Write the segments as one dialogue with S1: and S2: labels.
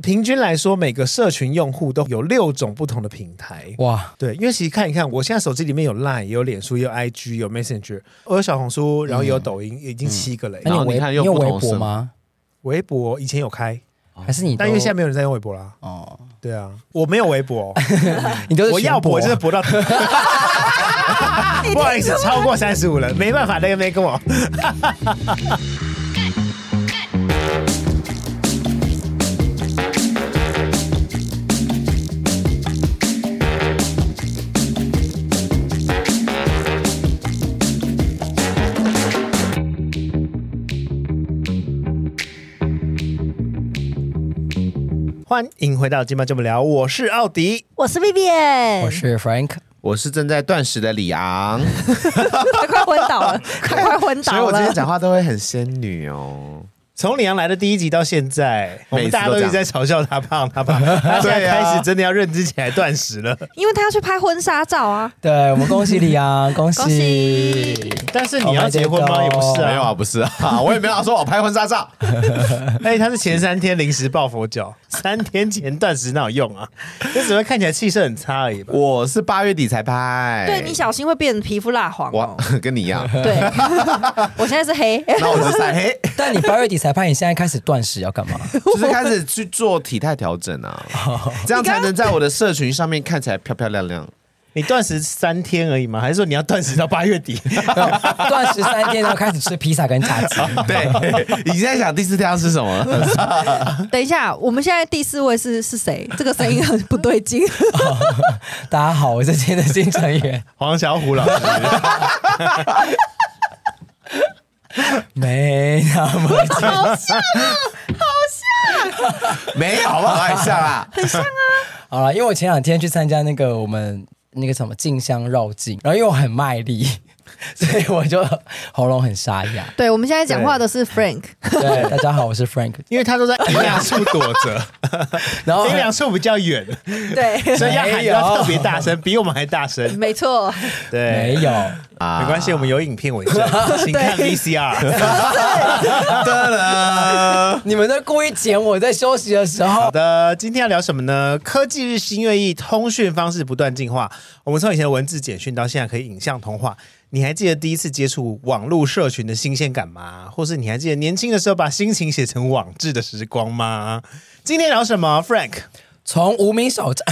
S1: 平均来说，每个社群用户都有六种不同的平台。
S2: 哇，
S1: 对，因为其实看一看，我现在手机里面有 Line，也有脸书，也有 IG，有 Messenger，我有小红书，然后也
S2: 嗯
S1: 有抖音，已经七个了。
S2: 那
S1: 然
S2: 你
S1: 后
S2: 有
S3: 然后
S2: 微
S3: 你看
S2: 你
S3: 又
S2: 有
S3: 不
S2: 微
S3: 同
S2: 博
S3: 色
S2: 吗？
S1: 微博以前有开，
S2: 还是你
S1: 但因为
S2: 都
S1: 现在没有人在用微博啦。
S2: 哦，
S1: 对啊，我没有微博，
S2: 你都是
S1: 我
S2: 全
S1: 要博
S2: 博
S1: 就是啊博到。不好意思，超过三十五了，没办法，那个没跟我。欢迎回到今晚这么聊，我是奥迪。
S4: 我是 Vivian，
S2: 我
S1: 嗯
S2: 是 Frank，
S3: 我是正在断食的李昂，
S4: 他快昏 倒了，他快昏
S3: 所以
S4: 倒
S3: 我今天
S4: 了。
S3: 讲话都会很仙女 哦。
S1: 从李阳来的第一集到现在，我们
S3: 每次都
S1: 大家都一直在嘲笑他胖，他胖，他现在
S3: 对啊
S1: 开始真的要认真起来断食了。
S4: 因为他要去拍婚纱照啊，
S2: 对我们恭喜李阳，恭
S4: 恭喜
S2: 喜！
S1: 但是你要结婚吗？也不是
S3: 没有
S1: 啊，
S3: 啊，不是啊，我也没有说我拍婚纱 照。
S1: 哎，他是前三天临时抱佛脚，三天前断食哪有用啊？这只会看起来气色很差而已吧。
S3: 我是八月底才拍，
S4: 对你，小心会变皮肤蜡黄
S3: 我
S4: 哦。
S3: 跟你一样，
S4: 对，我现在是黑，哎
S3: 那我是晒 黑，
S2: 但你八月底才拍，你现在开始断食要干嘛？
S3: 就是开始去做体态调整 啊，这样才能在我的社群上面看起来漂漂亮亮。
S1: 你断食三天而已吗？还是说你要断食到八月 底？
S2: 断食三天，然后开始吃披萨跟炸鸡。
S3: 对，你现在想第四天要吃什么？
S4: 等一下，我们现在第四位是是谁？这个声音很不对劲。
S2: 大家好，我是今天的新成员，
S1: 黄小虎老师，
S2: 没那么
S3: 没有，好不好？还下 啦，
S2: 好了，因为我前两天去参加那个我们那个什么竞相绕境，然后因为我很卖力，所以我就喉咙很沙哑。
S4: 对，我们现在讲话的是 Frank，
S2: 对，大家好，我是 Frank，
S1: 因为他都在阴凉处躲 着，
S2: 然后
S1: 阴凉处比较远，
S4: 对，
S1: 所以要喊
S2: 没有
S1: 要特别大声，比我们还大声。
S4: 没错，
S2: 没
S1: 对，
S2: 有，
S1: 没关系，我们有影片为 证，请看 VCR。
S2: 你们在故意剪我在休息的时
S1: 好
S2: 候。
S1: 的，今天要聊什么呢？科技日新月异，通讯方式不断进化。我们从以前的文字简讯到现在可以影像通话。你还记得第一次接触网络社群的新鲜感吗？或是你还记得年轻的时候把心情写成网志的时光吗？今天聊什么，Frank？
S2: 从无名 小站，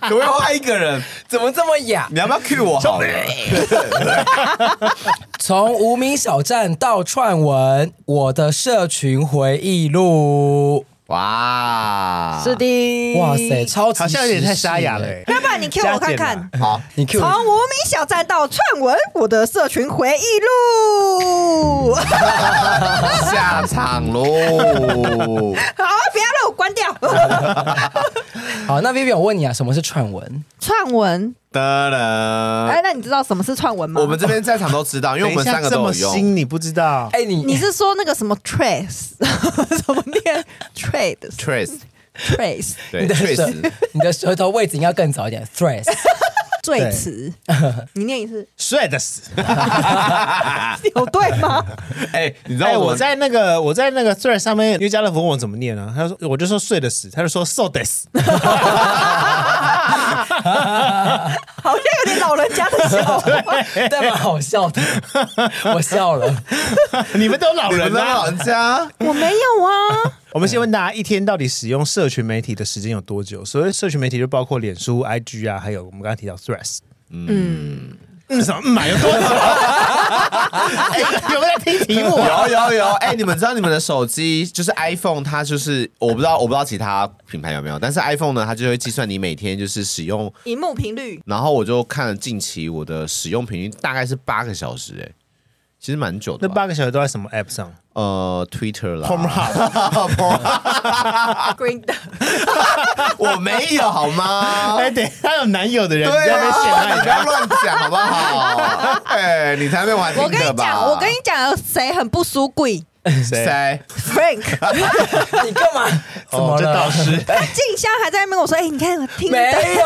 S3: 可不可以换一个人？
S2: 怎么这么哑？
S3: 你要不要 cue 我好了？
S2: 从无名小站到串文，我的社群回忆录。
S3: 哇，
S4: 是的。
S2: 哇塞，，超级
S1: 好像有点太沙哑了、
S2: 时事欸。
S1: 欸。
S4: 要不然你 Q 我
S1: 加
S4: 看
S1: 减啦
S4: 看。
S3: 好，
S2: 你 Q
S4: 从
S2: 我
S4: 无名小站到串文，我的社群回 忆录。
S3: 下场 喽。
S4: 好，不要让我 关掉。
S2: 好，那 Vivian 我问你啊，什么是串文？
S4: 串文，
S3: 噔
S4: 哎、
S3: 噔，
S4: 那你知道什么是串文吗？
S3: 呃我们这边在场都知道，因为我们
S1: 等一
S3: 三
S1: 下
S3: 个
S1: 这
S3: 都有
S1: 么
S3: 用。
S1: 新，你不知道？
S2: 哎、你
S4: 你是说那个什么 trace 怎么念 trade
S3: Trace，
S4: trace
S3: 对
S2: 的舌
S3: ，Trace，
S2: 你的舌头位置应该要更早一点。Threads，
S4: 最 词？你念一次，
S1: 帅的死！
S4: 有对吗？
S3: 哎，你知
S1: 哎、
S3: 道
S1: 我
S3: 我在
S1: 在那个我在那个 thread 上面，因为家乐福问我怎么念呢、啊？他说我就说睡的死， 他就说 so des。
S4: 好像有点老人家的 笑话。
S2: 但蛮好笑的，我笑了。
S1: 你们都老
S3: 我
S1: 人
S3: 们
S1: 啊
S3: 老！人家，
S4: 我没有啊，
S1: 我们先问大家，一天到底使用社群媒体的时间有多久？所谓社群媒体就包括脸书、IG 啊，还有我们刚刚提到 Threads。嗯嗯，什么嗯啊有多久？ 哎有没有在听题目啊？
S3: 有有有，哎，你们知道你们的手机就是 iPhone，它就是我不知道我不知道其他品牌有没有，但是 iPhone 呢，它就会计算你每天就是使用。
S4: 荧幕频率
S3: 然后我就看了近期我的使用频率大概是八个小时，哎，其实蛮久
S1: 那
S3: 的吧。
S1: 八个小时都在什么 App 上
S3: 呃，Twitter 啦
S1: ？Pornhub
S4: ，green 的
S3: 啊我没有好吗？
S1: 哎，对，他有男友的 人
S3: 哦对
S1: 在那边陷
S3: 啊， 你
S1: 害
S3: 不要乱讲好不好？哎，你才没玩
S4: 我跟
S3: 听
S4: 你
S3: 的吧
S4: 讲，我跟你讲，谁很不输贵？
S1: 谁
S3: 谁？
S4: Frank
S2: 你干嘛？怎么
S1: 哦这
S2: 了？
S1: 导 师
S3: 哎
S4: 静香还在那边跟我说：“哎、你看我听
S2: 没
S4: 的，
S2: 有，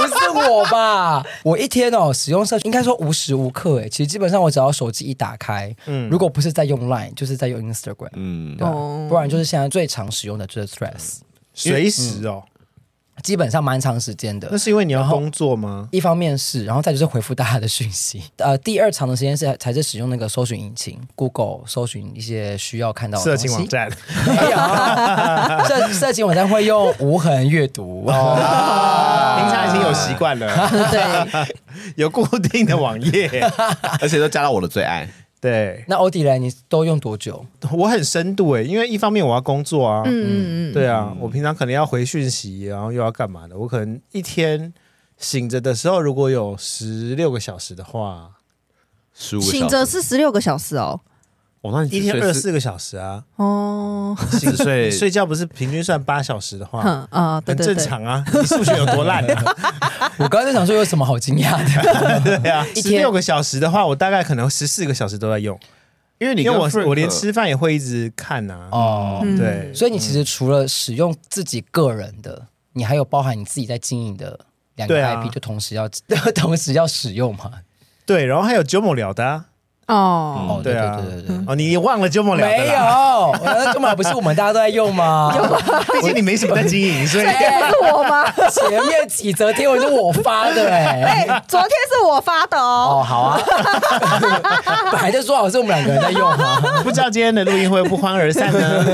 S2: 不是我吧？ 我一天哦，使用社群应该说无时无刻哎、其实基本上我只要手机一打开，嗯，如果不是在用 Line，就是在用 Instagram，
S3: 嗯，
S2: 对啊、
S4: 哦
S2: 不然就是现在最常使用的就是 Threads，
S1: 随时哦，
S2: 基本上蛮长时间的
S1: 那。是因为你要工作吗？
S2: 一方面是，然后再就是回复大家的讯息。 呃，第二长的时间是才是使用那个搜寻引擎 Google 搜寻一些需要看到的
S1: 色
S2: 哦东
S1: 情网
S2: 西。
S1: 站，
S2: 没 有，色色情网站哦会用无痕阅读。
S1: 平常已经
S3: 啊
S1: 有习惯了，
S4: 对，
S1: 有固定的网页。
S3: 而且都加到我的最爱。
S1: 对
S2: 那欧迪嘞，你都用多久？
S1: 我很深度哎，因为一方面我要工作啊，
S4: 嗯嗯嗯，
S1: 对啊，我平常可能要回讯息，然后又要干嘛的，我可能一天。醒着的时候，如果有十六个小时的话，
S3: 十五个
S4: 醒
S3: 小
S4: 着
S3: 时，
S4: 是十六个小时哦，
S3: 我那你
S1: 一天二十四个小时啊，
S4: 哦，
S3: 四 岁，
S1: 睡觉不是平均算八小时的话，
S4: 哼 啊，对
S1: 很
S4: 对
S1: 正
S4: 对，
S1: 常啊。你数学有多烂啊？
S2: 我刚才在想说有什么好惊讶的？
S1: 对啊，
S2: 一
S1: 十
S2: 天
S1: 六个小时的话，我大概可能十四个小时都在用，
S3: 因为你
S1: 因为
S3: 跟
S1: 我
S3: Frank-
S1: 我连吃饭也会一直看啊。
S2: 哦，
S4: 嗯
S1: 对，
S2: 所以你其实除了使用自己个人的，你还有包含你自己在经营的两个
S1: 对啊
S2: IP，、就同时要 同时要使用嘛？
S1: 对，然后还有九某聊的啊，
S4: 哦，
S3: 嗯
S2: 哦，
S1: 对啊
S2: 对对对对对。
S1: 哦，你你忘了九某聊的
S2: 没有，
S1: 啦？
S2: 我那根本不是我们大家都在用 吗？
S1: 毕竟你没什么在经营，所以
S4: 这是我吗？
S2: 前面几则贴文是我发的哎、
S4: 哎、昨天是我发的
S2: 哦，
S4: 哦，
S2: 好啊， 本来就说好是我们两个人在用嘛。
S1: 不知道今天的录音会不会不欢而散呢？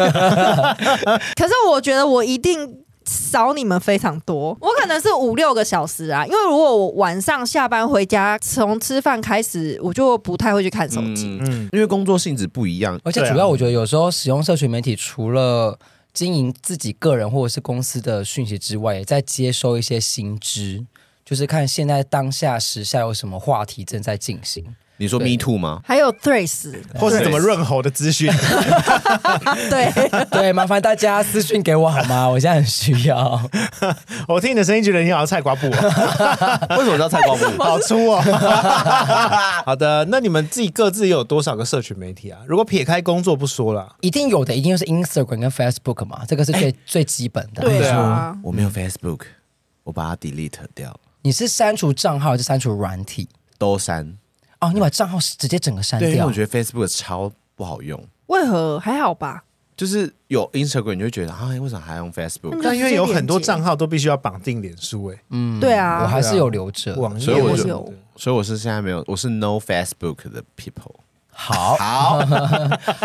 S4: 可是我觉得我一定。少你们非常多，我可能是五六个小时啊，因为如果我晚上下班回家，从吃饭开始，我就不太会去看手机。
S1: 嗯，
S3: 因为工作性质不一样，
S2: 而且
S1: 对啊
S2: 主要我觉得有时候使用社群媒体，除了经营自己个人或者是公司的讯息之外，也在接收一些新知，就是看现在当下时下有什么话题正在进行。
S3: 你说
S2: 对
S3: Me Too 吗？
S4: 还有 Threads，
S1: 或是怎么润喉的资讯，
S4: 对，啊
S2: 对，啊麻烦大家私讯给我好吗？我现在很需要。
S1: 我听你的声音觉得你好像菜瓜布哦，
S3: 为什么叫菜瓜布？
S1: 好粗哦。好的，那你们自己各自有多少个社群媒体啊？如果撇开工作不说了，
S2: 一定有的，一定是 Instagram 跟 Facebook 嘛，这个是最、最基本的。
S4: 对
S1: 啊
S4: 啊，
S3: 我没有 Facebook，我把它 delete 掉，
S2: 你是删除账号还是删除软体？
S3: 都删。
S2: 哦，你把账号直接整个删
S3: 对，因为
S2: 掉
S3: 哎我。觉得 Facebook 超不好用，
S4: 为何还好吧？
S3: 就是有 Instagram 你就觉得啊，为什么还要用 Facebook？
S4: 嗯
S1: 但因为有很多账号都必须要绑定脸书，哎，
S2: 嗯
S4: 对啊
S2: 我还是有留着。
S1: 网页
S3: 所以我
S1: 什
S4: 就
S1: 么的
S3: 所以我是现在没有，我是 no Facebook 的 people。
S2: 好
S3: 好，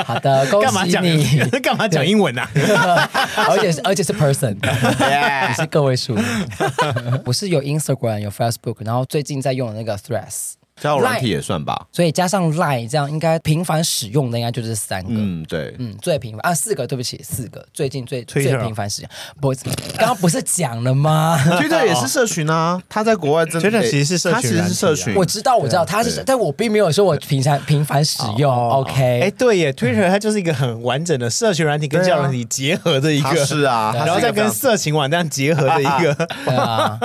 S2: 好的，恭
S1: 干嘛
S2: 喜
S1: 讲
S2: 你，
S1: 干嘛讲英文啊？
S2: 而且是而且是 person，你
S3: Yeah
S2: 是个位数。 我是有 Instagram 有 Facebook，然后最近在用的那个 Threads，
S3: 交友软体也算吧。
S2: 所以加上 Line 这样，应该频繁使用的应该就是三个。嗯
S3: 嗯，对，
S2: 最频繁啊，四个，对不起，四个，最近最
S1: Twitter
S2: 最频繁使用，不，刚刚不是讲了吗？
S3: 推特也是社群啊，它在国外真的
S1: Twitter 哦其实是社群啊
S3: 它其实是社群
S2: 我。知道，我知道，他是，但我并没有说我频繁频繁使用。OK，
S1: 哎，对耶，Twitter 它就是一个很完整的社群软体跟
S3: 对啊
S1: 交友软体结合的一
S3: 它
S1: 个，
S3: 是啊，它是一个
S1: 然后再跟色情网站结合的一个，
S2: 对啊，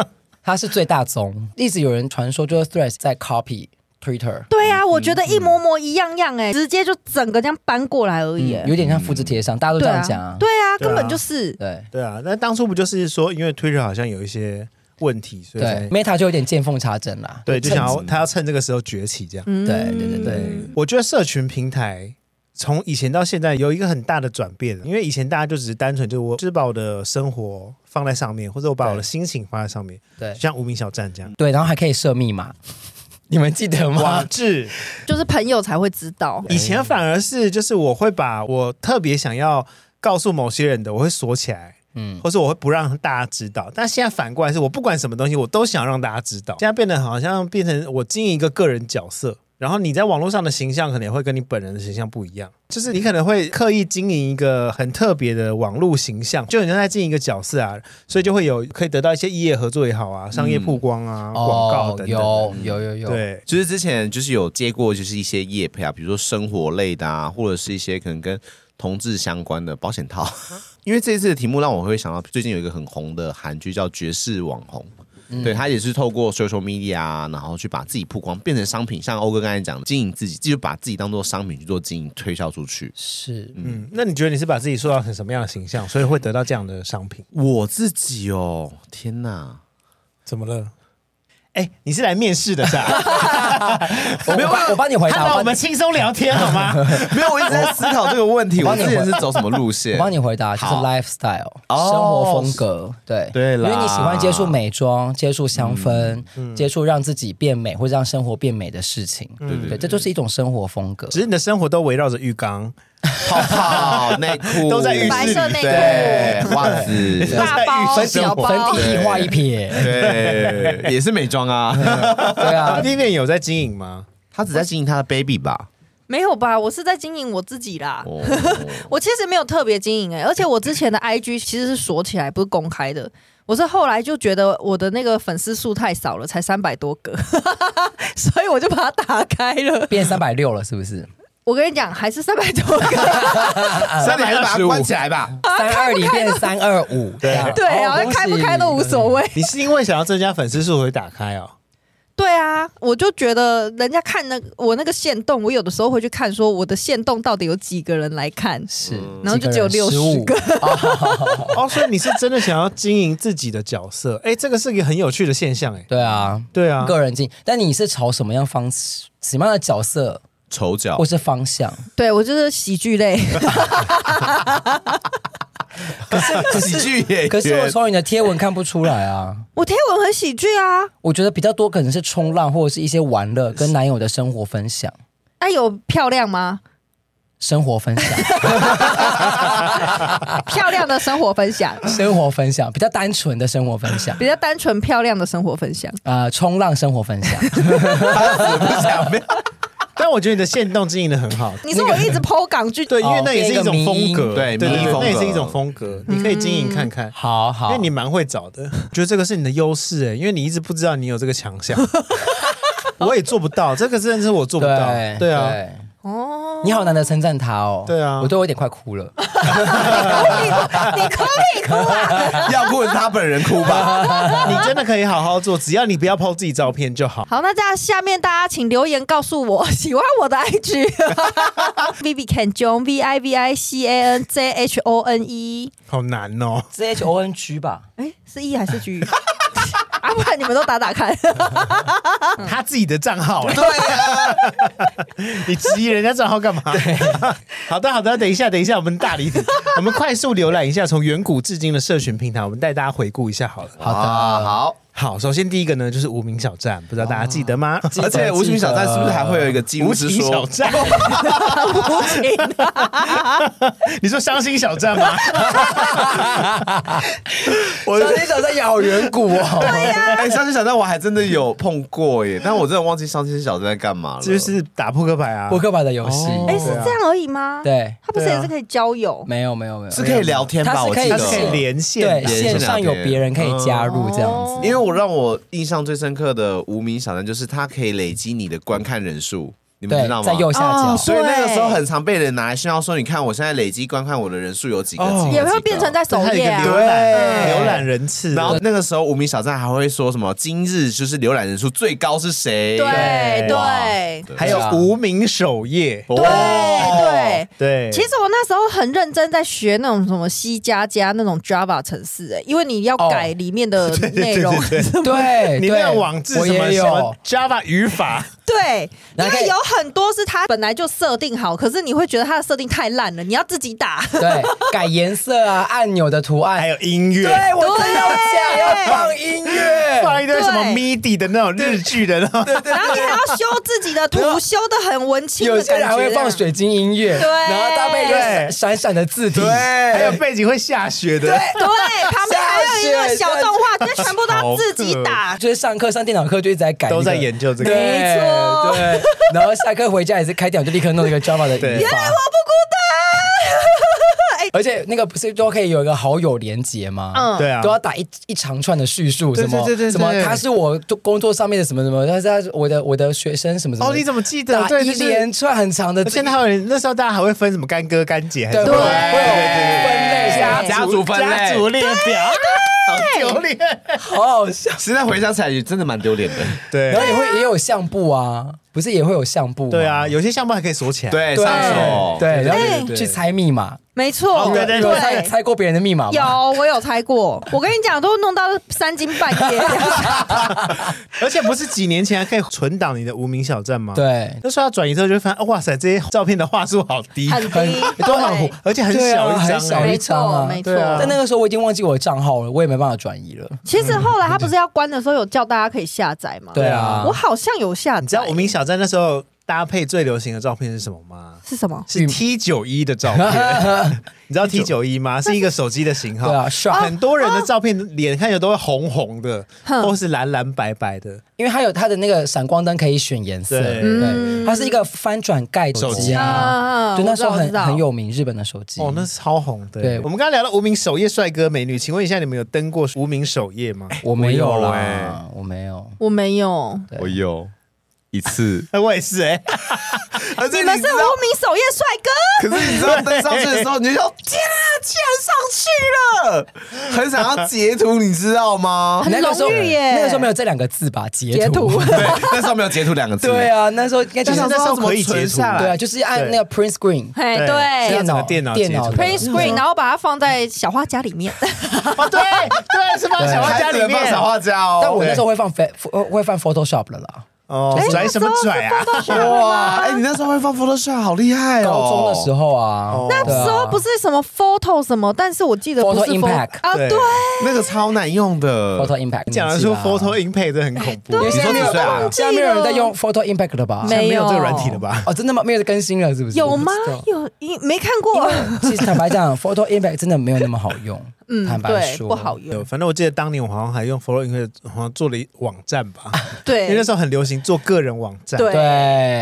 S2: 他是最大宗。一直有人传说，就是 Threads 在 copy Twitter，
S4: 对啊，我觉得一模模一样样哎、直接就整个这样搬过来而已、哎
S2: 有点像复制贴上，大家都这
S4: 对
S2: 样
S4: 啊
S2: 讲啊。
S4: 对啊，
S1: 对啊
S4: 根本就是
S2: 对
S1: 对啊，那当初不就是说，因为 Twitter 好像有一些问题，所以
S2: 对
S1: 才
S2: ，Meta 就有点见缝插针啦。
S1: 对就想要他要趁这个时候崛起，这样。
S4: 嗯
S2: 对对对对，
S1: 对，我觉得社群平台从以前到现在有一个很大的转变，因为以前大家就只是单纯就我就是把我的生活放在上面，或者我把我的心情放在上面，
S2: 对
S1: 就像无名小站 这样。
S2: 对，然后还可以设密码，你们记得吗
S1: 网？志
S4: 就是朋友才会知道。
S1: 以
S2: 哎
S1: 前反而是就是我会把我特别想要告诉某些人的，我会锁起来。
S2: 嗯，
S1: 或是我会不让大家知道。但现在反过来是我不管什么东西，我都想让大家知道。现在变得好像变成我经营一个个人角色，然后你在网络上的形象可能也会跟你本人的形象不一样，就是你可能会刻意经营一个很特别的网络形象，就你在经营一个角色啊，所以就会有可以得到一些异业合作也好啊，商业曝光啊、广告
S2: 嗯哦
S1: 等等的。
S2: 有有有有，
S1: 对，
S3: 就是之前就是有接过就是一些业配啊，比如说生活类的啊，或者是一些可能跟同志相关的保险套。因为这一次的题目让我会想到最近有一个很红的韩剧叫《绝世网红》，对他也是透过 social media 啊，然后去把自己曝光，变成商品。像欧哥刚才讲，的，经营自己，就把自己当做商品去做经营，推销出去。
S2: 是
S1: 嗯，那你觉得你是把自己塑造成什么样的形象，所以会得到这样的商品？
S3: 我自己哦，天哪！
S1: 怎么了？哎，你是来面试的是 吧？
S2: 我我帮我帮你回答，
S1: 他
S2: 我
S1: 让我
S2: 帮
S1: 们轻松聊天好吗？
S3: 没有，我一直在思考这个问题。
S2: 我
S3: 我
S2: 帮你
S3: 之前是走什么路
S2: 我
S3: 线？
S2: 帮你回答，就是
S3: 好
S2: lifestyle
S3: 哦
S2: 生活风格，对
S3: 对
S2: 因为
S3: 啦
S2: 你喜欢接触美妆、接触香
S1: 嗯
S2: 氛、接触让自己变美或者让生活变美的事情，对
S3: 对
S2: 这就是一种生活风格。
S1: 只是你的生活都围绕着浴缸，
S3: 泡泡内裤
S1: 都在浴室里白
S4: 色内裤
S3: 对袜子，
S4: 大包小
S2: 粉
S4: 包，
S2: 底一画一撇，
S3: 对，也是美妆啊。
S2: 对 啊，
S1: 那边有在经营吗？
S3: 他只在经营他的 baby 吧？
S4: 没有吧？我是在经营我自己啦。
S3: 哦，
S4: 我其实没有特别经营哎、而且我之前的 IG 其实是锁起来，不是公开的。我是后来就觉得我的那个粉丝数太少了，才三百多个， 所以我就把它打开了。
S2: 变三百六了，是不是？
S4: 我跟你讲，还是三百多个，
S3: 所以你还是把它关起来吧。
S1: 啊
S2: 三二零变三二五，哦对
S4: 对啊，开不开都无所谓。
S1: 你是因为想要增加粉丝数所以打开 哦？
S4: 对啊，我就觉得人家看那个我那个线动，我有的时候会去看，说我的线动到底有几个人来看。
S2: 是，
S4: 然后就只有
S2: 几
S4: 60
S2: 个
S4: 个
S2: 人，15
S1: 哦，所以你是真的想要经营自己的角色？哎，这个是一个很有趣的现象，哎，
S2: 对啊，
S1: 对啊，
S2: 个人经，但你是朝什么样方什么样的角色
S3: 丑角
S2: 或是方 向？
S4: 对我就是喜剧类，
S2: 可是可
S3: 喜
S2: 是
S3: 剧演员，
S2: 可是我从你的贴文看不出来啊。
S4: 我贴文很喜剧啊，
S2: 我觉得比较多可能是冲浪或者是一些玩乐，跟男友的生活分享，
S4: 哎、有漂亮吗？
S2: 生活分享，
S4: 漂亮的生活分享，
S2: 生活分享比较单纯的生活分享，
S4: 比较单纯漂亮的生活分享。
S2: 啊，冲浪生活分享，
S1: 但我觉得你的线动经营的很好，
S4: 你说我一直剖港剧，
S1: 对，因为那也是一
S2: 哦变
S1: 种
S2: 一个迷
S1: 风
S2: 因
S1: 格，
S3: 对
S1: 对
S3: 迷因
S1: 对，
S3: 风
S1: 那
S3: 格
S1: 也是一种风格，你可以经营看看。
S2: 好
S1: 因
S2: 好，
S1: 为你蛮会找的， 觉得这个是你的优势哎，因为你一直不知道你有这个强项， 我也做不到，这个真的是我做不到，
S2: 对
S1: 对啊，
S4: 哦，
S2: 你好难得称赞他哦，
S1: 对啊
S2: 我对我有点快哭了，
S4: 你哭你哭啊！
S3: 要问他本人哭 吧。
S1: 你真的可以好好做，只要你不要抛自己照片就好。
S4: 好，那这样下面大家请留言告诉我喜欢我的 IG Vivi Can John V I V I C A N J H O N E，
S1: 好难 哦，
S2: Z H O N G 吧，
S4: 哎，是 E 还是 G？啊，不然你们都打打看。
S1: 他自己的账号哎，
S3: 对啊，
S1: 你质疑人家账号 干嘛？ 好的，好的，等一下，等一下，我们大离题， 我们快速浏览一下从远古至今的社群平台，我们带大家回顾一下好了。
S2: 好的，
S3: 好。
S1: 好，首先第一个呢就是无名小站，不知道大家记得吗？
S2: 记
S3: 而
S2: 得
S3: 且无
S2: 记
S3: 名小站
S2: 得
S3: 是不是还会有一个记录
S1: 无
S3: 是
S1: 情小
S3: 说，
S1: 站，你说伤心小站吗？
S2: 我 小天小在咬远古哦，
S3: 哎，伤心小站我还真的有碰过耶，但我真的忘记伤心小站在干嘛了。
S1: 就是打扑克牌啊，
S2: 扑克牌的游戏，
S1: 哦
S4: 哎，是这样而已吗？，
S2: 对，啊
S4: 他不是也是可以交友？
S2: 没有没有没有，
S3: 是可以聊天吧？
S2: 它是
S3: 我
S2: 可
S3: 记
S2: 以
S1: 它
S3: 得
S1: 是可以连线
S2: 对，
S1: 的，
S2: 线上有别人可以加入这样子。
S4: 哦
S3: 因为我让我印象最深刻的无名小站，就是它可以累积你的观看人数，你们知道
S2: 对，
S3: 吗？
S2: 在右下角。
S4: 哦
S3: 所以那个时候很常被人拿来炫耀说，你看我现在累积观看我的人数有几个，
S1: 哦
S3: 几个
S4: 也会变成。在
S1: 这
S4: 首
S1: 还有一
S4: 页
S1: 个
S4: 啊
S1: 浏？览浏览人次
S3: 几个然
S1: 的，
S3: 后那个时候无名小站还会说什么今日就是浏览人数最高是谁？
S4: 对
S3: 哇
S4: 对
S3: 对
S1: 还有无名首页，
S3: 对
S4: 对对。
S1: 对，
S4: 其实我那时候很认真在学那种什么 C 加加那种 Java 程式、欸，因为你要改里面 的内容。
S2: 哦对，
S1: 你
S2: 对
S1: 那个网志
S2: 我
S1: 什么
S2: 也
S1: 什么
S2: 有，
S1: Java 语法，
S4: 对，
S2: 然
S4: 因
S2: 后可以
S4: 为有很多是它本来就设定好，可是你会觉得它的设定太烂了，你要自己打。
S2: 对，改颜色啊，按钮的图
S1: 还
S2: 案。
S1: 有音乐，
S2: 对，我真要讲
S4: 对
S2: 要放音乐，
S1: 放一堆什么
S4: 对
S1: MIDI 的那种日剧的那种，
S2: 对对
S4: 然后你还要修自己的图，修的很文青
S2: 有
S4: 的
S2: 些
S4: 感觉。
S2: 人还会放水晶音乐，
S4: 对
S2: 然后搭配一个
S1: 对
S2: 闪闪的字体，
S1: 还有
S3: 对，
S1: 背景会下雪的，
S4: 对，旁边还有一个小动画，这全部都要自己 打。
S2: 就是上课上电脑课就一直在改那
S1: 都
S2: 个，
S1: 在研究这个
S2: 对
S4: 没错
S2: 对，然后下课回家也是开电脑就立刻弄一个 Java 的语
S1: 原
S2: 法。而且那个不是都可以有一个好友连接吗？ 嗯，
S4: 嗯，
S1: 对啊
S2: 都，要打一一长串的叙述，
S1: 对
S2: 什么
S1: 对对对对
S2: 什么，他是我工作上面的什么什么，他是他是我的我的学生什么什么。
S1: 哦，你怎么记得？
S2: 打
S1: 对，
S2: 一
S1: 就是
S2: 连串很长的
S1: 而且
S2: 字？
S1: 还有人那时候大家还会分什么干哥干姐，还是什
S2: 对会有
S1: 么
S2: 会有分类
S3: 哎家族分类
S1: 家族列表，丢脸。
S2: 好好笑。
S3: 现在回想起来也真的蛮丢脸的。
S1: 对
S2: 然后也会也有相簿啊，不是也会有相簿吗？
S1: 对啊，有些项目还可以锁起来。
S3: 对，
S2: 对，
S3: 上手，
S2: 对，然
S4: 对对
S2: 后
S1: 对
S2: 去猜密码，
S4: 没错，
S1: 哦对对
S2: 有猜
S4: 对。
S2: 猜过别人的密码吗？
S4: 有，我有猜过。我跟你讲，都弄到三更半 夜。
S1: 而且不是几年前还可以存档你的无名小站吗？。
S2: 对，
S1: 那时候他转移之后就会发现，哦哇塞，这些照片的画质好低，
S4: 很低
S1: 都很
S4: 对
S1: 糊，而且很
S2: 对啊
S1: 小一张、
S2: 很小
S1: 哎
S4: 没
S2: 一张
S4: 错，
S2: 啊
S4: 没错
S1: 对。啊
S2: 但那个时候我已经忘记我的账号了，我也没办法转移了。
S4: 其实后来他不是要关的时候有叫大家可以下载吗？
S2: 对啊
S1: 嗯
S4: 我，好像有下载。
S1: 你知道无名小站那时候搭配最流行的照片是什么吗？
S4: 是什么？
S1: 是 T 九一的照片，你知道 T 九一吗？是一个手机的型号。
S2: 对啊，Sharp
S1: 很多人的照片脸看起来都会红红的，
S4: 哼
S1: 或是蓝蓝白白的。
S2: 因为它有它的那个闪光灯可以选颜色，
S1: 对
S2: 对，它是一个翻转盖手
S1: 手
S2: 机
S1: 机
S2: 啊
S4: 啊，
S2: 就那时候
S4: 嗯我
S2: 很
S4: 知道
S2: 很有名日本的手机。
S1: 哦，那是超红的。
S2: 对
S1: 我们刚刚聊到无名首页帅哥美女，请问一下，你们有登过无名首页吗？
S2: 我没有
S3: 我有
S2: 啦
S3: 欸，
S2: 我没有。
S4: 我没有。
S2: 对
S3: 我有一次，
S1: 哎我也是 哎、
S3: 而且
S4: 你们是无
S3: 知道
S4: 名首页帅哥，
S3: 可是你知道登上去的时候，你就想天啊，竟然上去了，很想要截图，你知道吗？
S4: 很
S2: 那个时候
S4: 荣誉耶
S2: 那个时候没有这两个字吧？截
S4: 截
S2: 图。
S4: 图
S3: 对，那时候没有截图两个字。
S2: 对，啊，那时候应该就
S3: 但
S2: 是
S3: 是
S1: 那
S3: 那
S1: 时
S3: 时
S1: 候
S3: 候
S1: 可以
S3: 怎么
S1: 截
S3: 存
S1: 图，
S3: 下来
S2: 对啊，就是按那个 print screen
S4: 嘿，
S1: 对
S4: 对
S1: 是啊嗯
S2: 电脑
S1: 整个电脑
S2: 电脑
S1: 截图
S4: ，print
S2: 的
S4: screen，然后把它放在小花家里面。
S1: 哦， 对 对，是放小画家里面
S3: 放小画家哦。
S2: 但我那时候会放 fa- pho- 会放 Photoshop 了啦。
S1: 哦，拽什么拽啊？
S3: 哇，哎，你那时候会放 Photoshop，好厉害哦！
S2: 高中的时候啊，
S4: 那时候不是什么 photo 什么，但是我记得不
S2: Photo
S4: 是
S2: Impact
S4: 啊，
S1: 对
S4: 对，
S3: 那个超难用的
S2: Photo Impact
S1: 讲得出 Photo Impact 真的很恐怖，
S2: 因为
S3: 你
S2: 现在
S3: 说
S2: 没
S3: 几
S2: 有
S3: 岁啊？
S2: 现在没有人在用 Photo Impact 了吧？
S1: 没
S4: 没
S1: 有
S4: 有
S1: 这个软体了吧？
S2: 哦，真的吗？没有更新了是不是？
S4: 有
S2: 我不
S4: 吗
S2: 知道？
S4: 有，你没看过？
S2: 其实坦白讲，Photo Impact 真的没有那么好用。
S4: 嗯
S2: 坦，白
S4: 对，
S2: 说
S4: 不好
S1: 有，
S4: 用。
S1: 反正我记得当年我好像还用 Follow Impact，好像做了一网站吧，因为那
S4: 对
S1: 时候很流行做个人网站。
S4: 对
S2: 对，